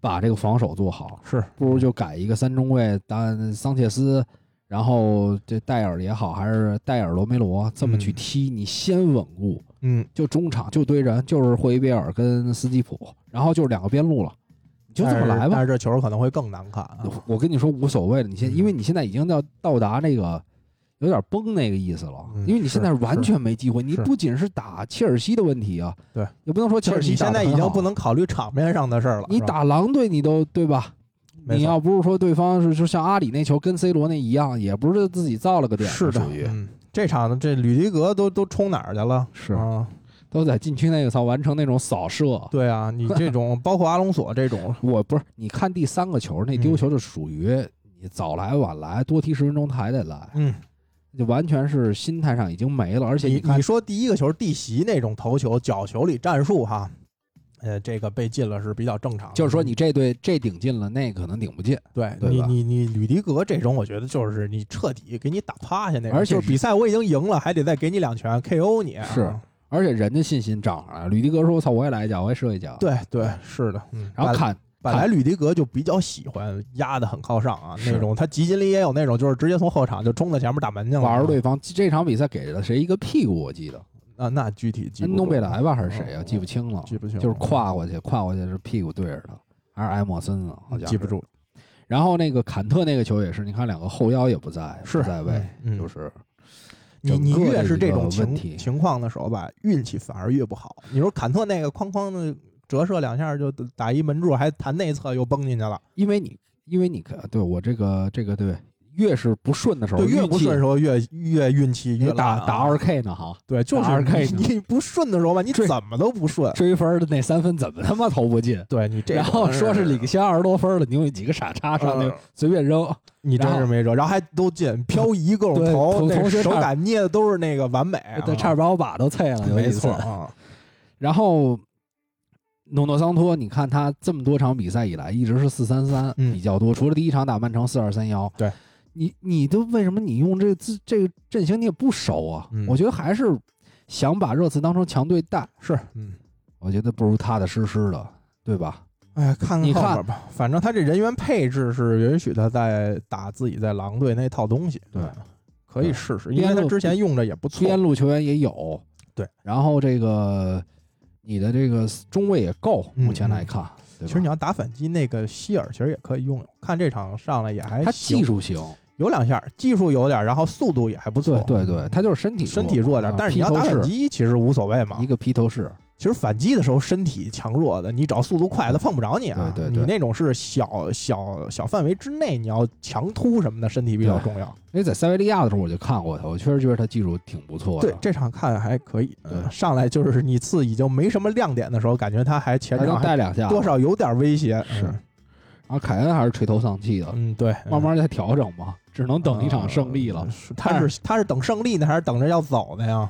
把这个防守做好。是不如就改一个三中卫，当桑切斯，然后这戴尔也好，还是戴尔罗梅罗这么去踢，你先稳固，嗯，就中场就堆人，就是霍伊贝尔跟斯基普，然后就是两个边路了，你就这么来但是但吧。是这球可能会更难看啊。我跟你说无所谓了，你现嗯因为你现在已经要到达那个有点崩那个意思了，嗯因为你现在是完全没机会。你是不仅是打切尔西的问题啊，对，也不能说切就尔是西你打现得在已很经好不，能考虑场面上的事儿了。你是吧打狼队你都对吧？没你错要不是说对方是就像阿里那球跟 C 罗那一样，也不是自己造了个点，是的属，于嗯，这场的这吕迪格都都冲哪儿去了？是啊，都在禁区内操完成那种扫射。对啊，你这种包括阿隆索 <laughs> 这种，我不是你看第三个球那嗯丢球就属于你早来晚来，多踢十分钟他还得来，嗯，就完全是心态上已经没了。而且你看你说第一个球地席那种头球、角球里战术哈，呃，这个被进了是比较正常的。就是说，你这队这顶进了，那可能顶不进。对对你吧你你吕迪格这种，我觉得就是你彻底给你打趴下那种，而且就是是比赛我已经赢了，还得再给你两拳 KO 你啊。是而且人家信心涨上来了。吕迪格说：“我操，我也来一脚，我也射一脚。”，对对，是的。嗯，然后本看本来吕迪格就比较喜欢压的很靠上啊，是那种他集锦里也有那种，就是直接从后场就冲到前面打门去了。玩儿对方，这场比赛给了谁一个屁股？我记得啊，那具体记不恩住东贝莱吧，还是谁啊？嗯记不清了，记不清了，就是跨过去，跨过去是屁股对着他，还是埃莫森啊？好像记不是。住，然后那个坎特那个球也是，你看两个后腰也不在，是不在位，嗯，就嗯是你你整个越的是一这个种问情题情况的时候吧，运气反而越不好。你说坎特那个哐哐的折射两下就打一门柱，还弹内侧又崩进去了，因为你，因为你看，对我这个这个对，越是不顺的时候，对，越不顺的时候，候越越运气你越打烂啊打二 K 呢哈。对，就打是 2K 你你不顺的时候吧，你这怎么都不顺。追分的那三分怎么他妈投不进？对你这种然人，后说是领先二十多分了，你有几个傻叉上去嗯随便扔，你真然是后没辙，然后还 <laughs> 都进漂移各种对投，同那同时手差感捏的都是那个完美啊，对，哎差点把我把都碎了，有没一错次。啊，然后努诺桑托，你看他这么多场比赛以来，一直是四三三嗯比较多，除了第一场打曼城四二三幺。对，你你都为什么你用这这这个阵型你也不熟啊？嗯我觉得还是想把热刺当成强队带，是嗯。我觉得不如踏踏实实的，对吧？哎，看看你后看边吧，反正他这人员配置是允许他在打自己在狼队那套东西，对嗯，可以对试试，因为边他路之前用着也不错边，路球员也有，对，然后这个你的这个中卫也够，嗯目前来看，对吧其实你要打反击，那个希尔其实也可以用用，看这场上来也还他行技术行，有两下，技术有点，然后速度也还不错对，对对，他就是身体身体弱点，但是你要打反反击其实无所谓嘛一。个披头士，其实反击的时候身体强弱的，你只要速度快，他碰不着你啊。对对对你那种是小小小范围之内，你要强突什么的，身体比较对重要。因为在塞维利亚的时候我就看过他，我确实觉得他技术挺不错的。对，这场看还可以，对嗯上来就是你次已经没什么亮点的时候，感觉他还前还场能还带两下，多？少有点威胁。是嗯然后凯恩还是垂头丧气的，嗯，对，嗯慢慢再调整吧，只能等一场胜利了嗯，是他是他是等胜利呢，还是等着要走的呀？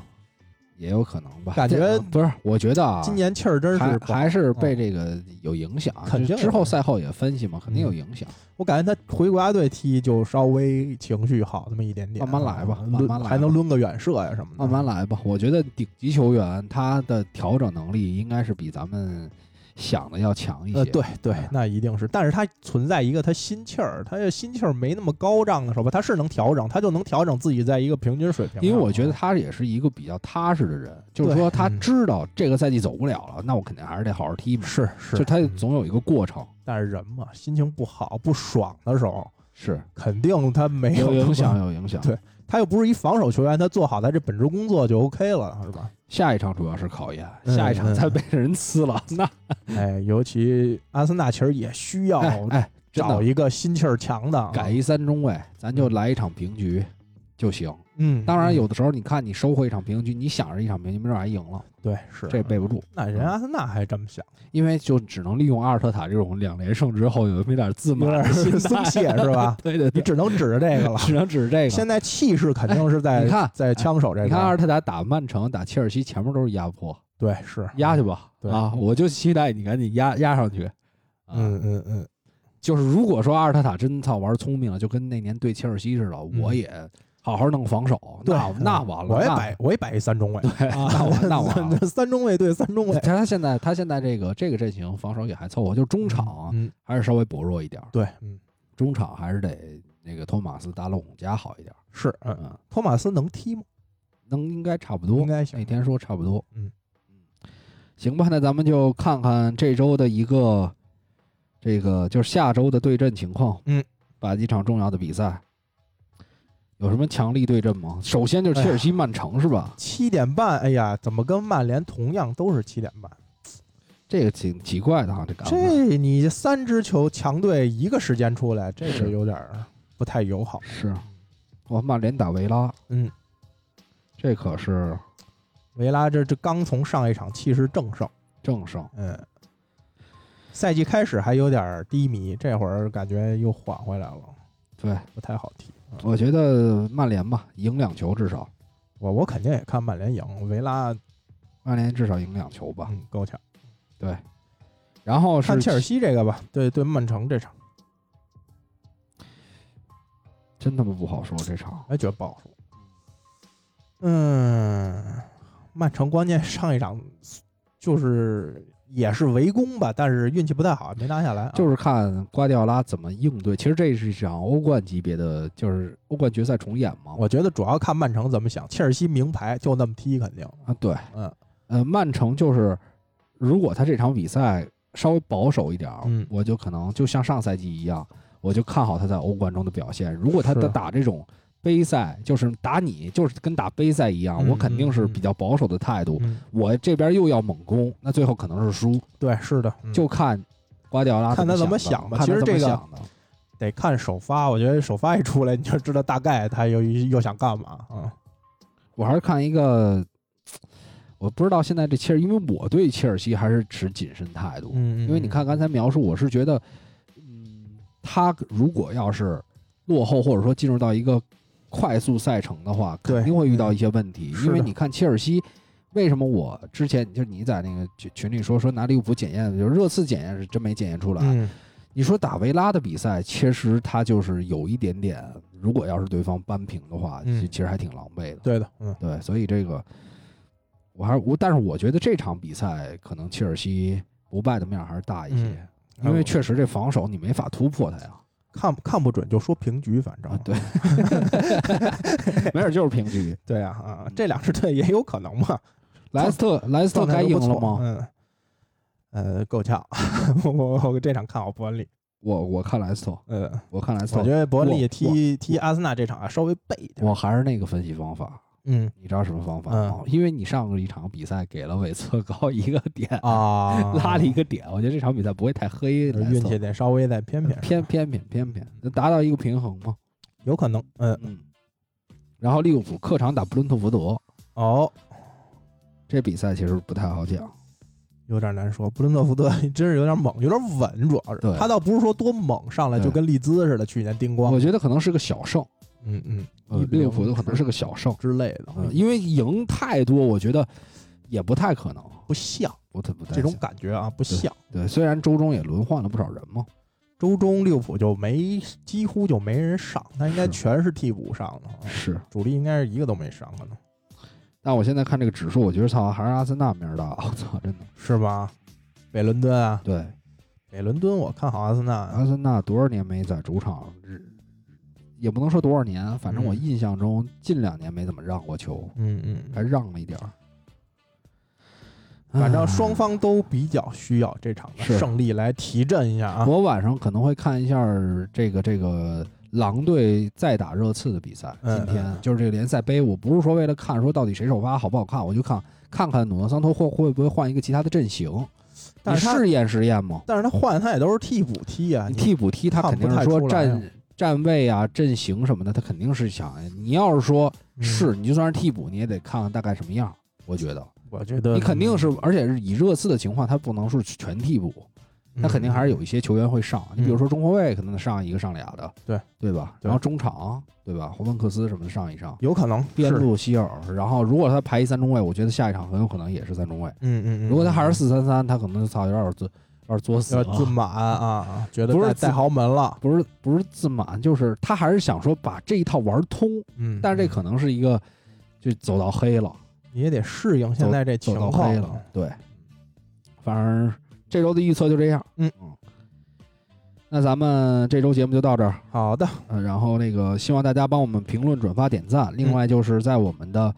也有可能吧。感觉这不是，我觉得啊，今年气儿真是还不好，还是被这个有影响，肯定有嗯就之后赛后也分析嘛，肯定有影响。我感觉他回国家队踢就稍微情绪好那么一点点，慢慢来吧嗯慢慢抡来吧还能抡个远射呀什么的。慢慢来吧，我觉得顶级球员他的调整能力应该是比咱们想的要强一些。呃，对对嗯，那一定是，但是他存在一个他心气儿，他这心气儿没那么高涨的时候吧，他是能调整，他就能调整自己在一个平均水平上。因为我觉得他也是一个比较踏实的人，就是说他嗯知道这个赛季走不了了，那我肯定还是得好好踢嘛。是是，就他嗯总有一个过程，但是人嘛，心情不好、不爽的时候，嗯是肯定他没有有影响，那么。有影响。对他又不是一防守球员，他做好他这本职工作就 OK 了，是吧？下一场主要是考验，嗯下一场再被人呲了，那哎，尤其阿森纳其实也需要 <laughs> 哎哎，真找的一个心气儿强的啊，改一三中卫，咱就来一场平局就行。嗯，当然，嗯有的时候你看你收获一场平局，你想着一场平局，没准还赢了，对是这背不住，那人阿森纳还这么想，因为就只能利用阿尔特塔这种两连胜之后有那么一点自有满点的心态？松懈是吧 <laughs> 对对你对，只能指着这个了。只能指着这个。啊现在气势肯定是在、哎你看在枪手这你看阿块尔儿，特塔打曼城、打切尔西，前面都是压迫，对是，压去吧。嗯对啊，我就期待你赶紧压压上去。啊嗯，嗯嗯，就是如果说阿尔特塔真操玩聪明了，就跟那年对切尔西似的，嗯我也好好弄防守。对嗯那，那完了，我也那摆我也摆一三中卫，。对， <laughs> 那我那我完了 <laughs> 三中卫对三中卫，他现在他现在这个这个阵型防守也还凑合，就是中场啊嗯，嗯还是稍微薄弱一点儿，对，嗯中场还是得那个托马斯达洛孔加好一点儿。是，嗯，嗯，托马斯能踢吗？能应该差不多，应该行那天说差不多，嗯行吧，那咱们就看看这周的一个，这个就是下周的对阵情况，嗯，把几场重要的比赛，有什么强力对阵吗？首先就是切尔西、曼城是吧？七点半，哎呀，怎么跟曼联同样都是七点半？这个挺奇怪的哈，这个安排这你三支球强队一个时间出来，这个是有点儿不太友好。是，哇，曼联打维拉，嗯，这可是维拉这这刚从上一场气势正盛，正胜。嗯，赛季开始还有点儿低迷，这会儿感觉又缓回来了，对，不太好踢。嗯我觉得曼联吧，赢两球至少，我我肯定也看曼联赢，维拉曼联至少赢两球吧。嗯够呛。对，然后是看切尔西这个吧，对对，曼城这场，真他妈不好说这场。哎，觉得不好说。嗯，曼城关键上一场就是也是围攻吧，但是运气不太好，没拿下来、啊。就是看瓜迪奥拉怎么应对。其实这是一场欧冠级别的，就是欧冠决赛重演嘛。我觉得主要看曼城怎么想，切尔西名牌就那么踢，肯定。啊，对，嗯，呃，曼城就是，如果他这场比赛稍微保守一点儿，嗯我就可能就像上赛季一样，我就看好他在欧冠中的表现。如果他是打打这种杯赛，就是打你，就是跟打杯赛一样，嗯我肯定是嗯比较保守的态度。我这边又要猛攻，那最后可能是输，对，是的，嗯就看瓜迪奥拉看他怎怎么么想想吧看他其实怎么这个想的。得看首发。我觉得首发一出来，你就知道大概他又又想干嘛。嗯，我还是看一个，我不知道现在这切尔，因为我对切尔西还是持谨慎态度。嗯因为你看刚才描述，我是觉得，嗯，他如果要是落后或者说进入到一个快速赛程的话，对肯定会遇到一些问题。嗯因为是的你看切尔西，为什么我之前就是你在那个群群里说说拿利物浦检验，就是热刺检验是真没检验出来。嗯，你说打维拉的比赛，其实他就是有一点点，如果要是对方扳平的话，嗯其其实还挺狼狈的。对的，嗯，对，所以这个我还是我，但是我觉得这场比赛可能切尔西不败的面儿还是大一些，因为确实这防守你没法突破他呀。看看不准就说平局，反正、啊，对，没准就是平局。对啊嗯啊，这两支队也有可能嘛。莱斯特，莱斯特状态该都赢不了错吗？嗯，呃，够呛。 <laughs> 我我我这场看好伯恩利，我我看莱斯特，呃，我看莱斯我觉特，得伯恩我利踢踢阿森纳这场啊稍微背一点。我还是那个分析方法。嗯你知道什么方法嗯吗？因为你上个一场比赛给了韦策高一个点， <laughs> 啊，拉了一个点，我觉得这场比赛不会太黑莱斯运特，气得稍微再偏嗯偏，偏偏偏偏偏，能达到一个平衡吗？有可能。嗯，嗯，然后利物浦客场打布伦特福德，哦，这比赛其实不太好讲。有点难说。布伦特福德真是有点猛，有点稳，主要是对他倒不是说多猛，上来就对跟利兹似的，去年叮咣我。觉得可能是个小胜，嗯嗯，呃一比利零物浦有可能是个小胜，之类的，嗯，因为赢太多，我觉得也不太可能，不像不太不太这种行感觉啊，不像。对。虽然周中也轮换了不少人嘛，周中利物浦就没几乎就没人上，他应该是全是替补上了啊，是。主力应该是一个都没上，可能但我现在看这个指数，我觉得操，还是阿森纳名儿大，我操，真的。是吧？北伦敦啊，对，北伦敦我看好阿森纳，啊阿森纳多少年没在主场，日也不能说多少年，反正我嗯印象中近两年没怎么让过球，嗯嗯，还让了一点儿。反正唉双方都比较需要这场的哎是胜利来提振一下啊。我晚上可能会看一下儿这个这个狼队再打热刺的比赛。嗯今天嗯嗯就是这个联赛杯，我不是说为了看说到底谁首发好不好看，我就看看看努诺桑托会会不会换一个其他的阵型，你但是他试验试验嘛。但是他换他也都是替补踢啊，你你替补踢他看肯定不是太说出来站啊站位啊、阵型什么的，他肯定是想。你要是说嗯是，你就算是替补，你也得看看大概什么样。我觉得我觉得你肯定是，而且是以热刺的情况，他不能是全替补。嗯他肯定还是有一些球员会上，你比如说中后卫可能上一个上俩的，对对吧？对然后中场对吧？霍芬克斯什么的上一上，有可能边是，路希尔，然后如果他排一三中卫，我觉得下一场很有可能也是三中卫。嗯嗯嗯，如果他还是四三三，他可能操有点作有点作死要了，自满啊，觉得不是带自带豪门了，不是不是自满，就是他还是想说把这一套玩通，嗯，但是这可能是一个就走到黑了，你也得适应现在这情走到况黑了，对。反正这周的预测就这样，嗯那咱们这周节目就到这儿。好啊的，呃嗯，然后那个希望大家帮我们评论、转发、点赞。另外就是在我们的、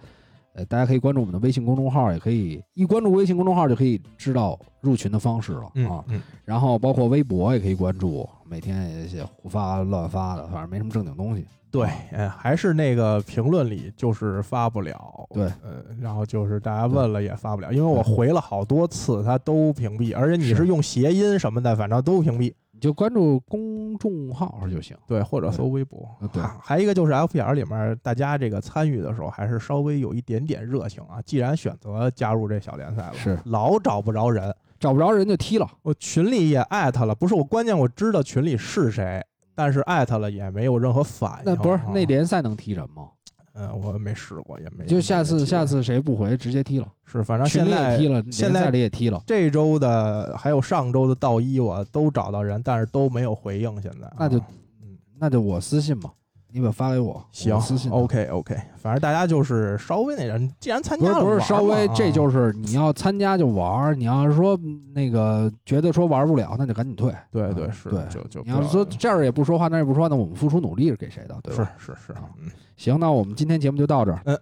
呃，大家可以关注我们的微信公众号，也可以一关注微信公众号就可以知道入群的方式了、啊嗯。嗯，然后包括微博也可以关注，每天也也胡发乱发的，反正没什么正经东西。对，呃，还是那个评论里就是发不了，对呃，然后就是大家问了也发不了，因为我回了好多次，他都屏蔽，而且你是是用谐音什么的，反正都屏蔽，你就关注公众号就行。对，或者搜微博嗯，对还还一个就是 FPL 里面大家这个参与的时候，还是稍微有一点点热情啊，既然选择加入这小联赛了，是老找不着人，找不着人就踢了，我群里也艾特了，不是我关键我知道群里是谁，但是艾特了也没有任何反应，那不是啊哎那联赛能踢人吗？嗯，我没试过，也没就下没次有机会下次谁不回直接踢了，是，反正群现里也在踢了，现联在赛里也踢了，这周的还有上周的到一，我都找到人，但是都没有回应。现在那就啊那就我私信嘛，你把发给我，行我私信他。 ，OK OK，反正大家就是稍微那人，既然参不加是了，不是，玩稍嘛微啊这就是你要参加就玩儿，你要是说嗯那个觉得说玩不了，那就赶紧退。对对嗯是，对就就你要是说这儿也不说话，那儿也不说话，那我们付出努力是给谁的，对是吧？是是啊，嗯，行，那我们今天节目就到这儿。嗯，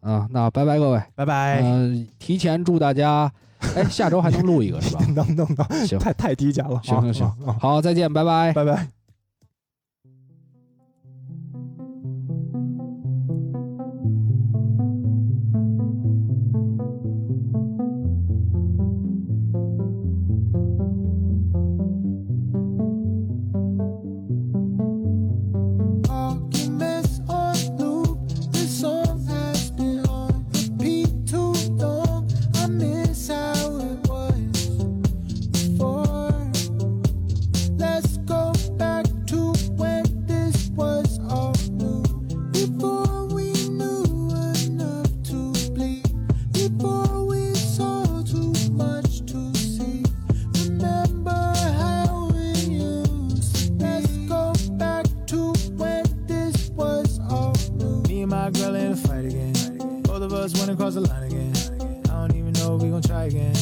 哎啊，那拜拜各位。拜拜。嗯、提前祝大家，哎，下周还能录一个 <laughs> 是吧？等等等，行太太提前了，行啊行行，啊啊好，再见，拜拜。拜拜。 Arguments on loop. This song has been on repeat too long. I miss how it was before. Let's go back to when this was all new. Before we knew enough to bleed. Before we saw too much to see. Remember how we used to be. Let's go back to when this was all new. Me and my girl in a fight again. Both of us went across the line again. I don't even know if we gon' try again.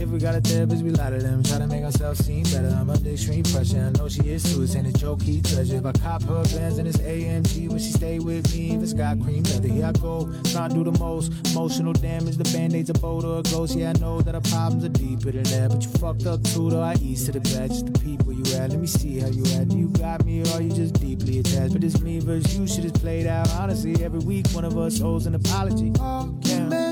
If we got a therapist, we lie to them. Try to make ourselves seem better. I'm under extreme pressure. I know she is too. It's ain't a joke, he treasure. If I cop her plans and it's AMG, would she stay with me? If it's got cream leather, here I go. Try to do the most. Emotional damage, the band-aid's a boat or a ghost. Yeah, I know that our problems are deeper than that. But you fucked up too, though. I ease to the bad. Just the people you at. Let me see how you at. Do you got me or are you just deeply attached? But this me versus you shit is played out. Honestly, every week one of us owes an apology. Yeah. Oh,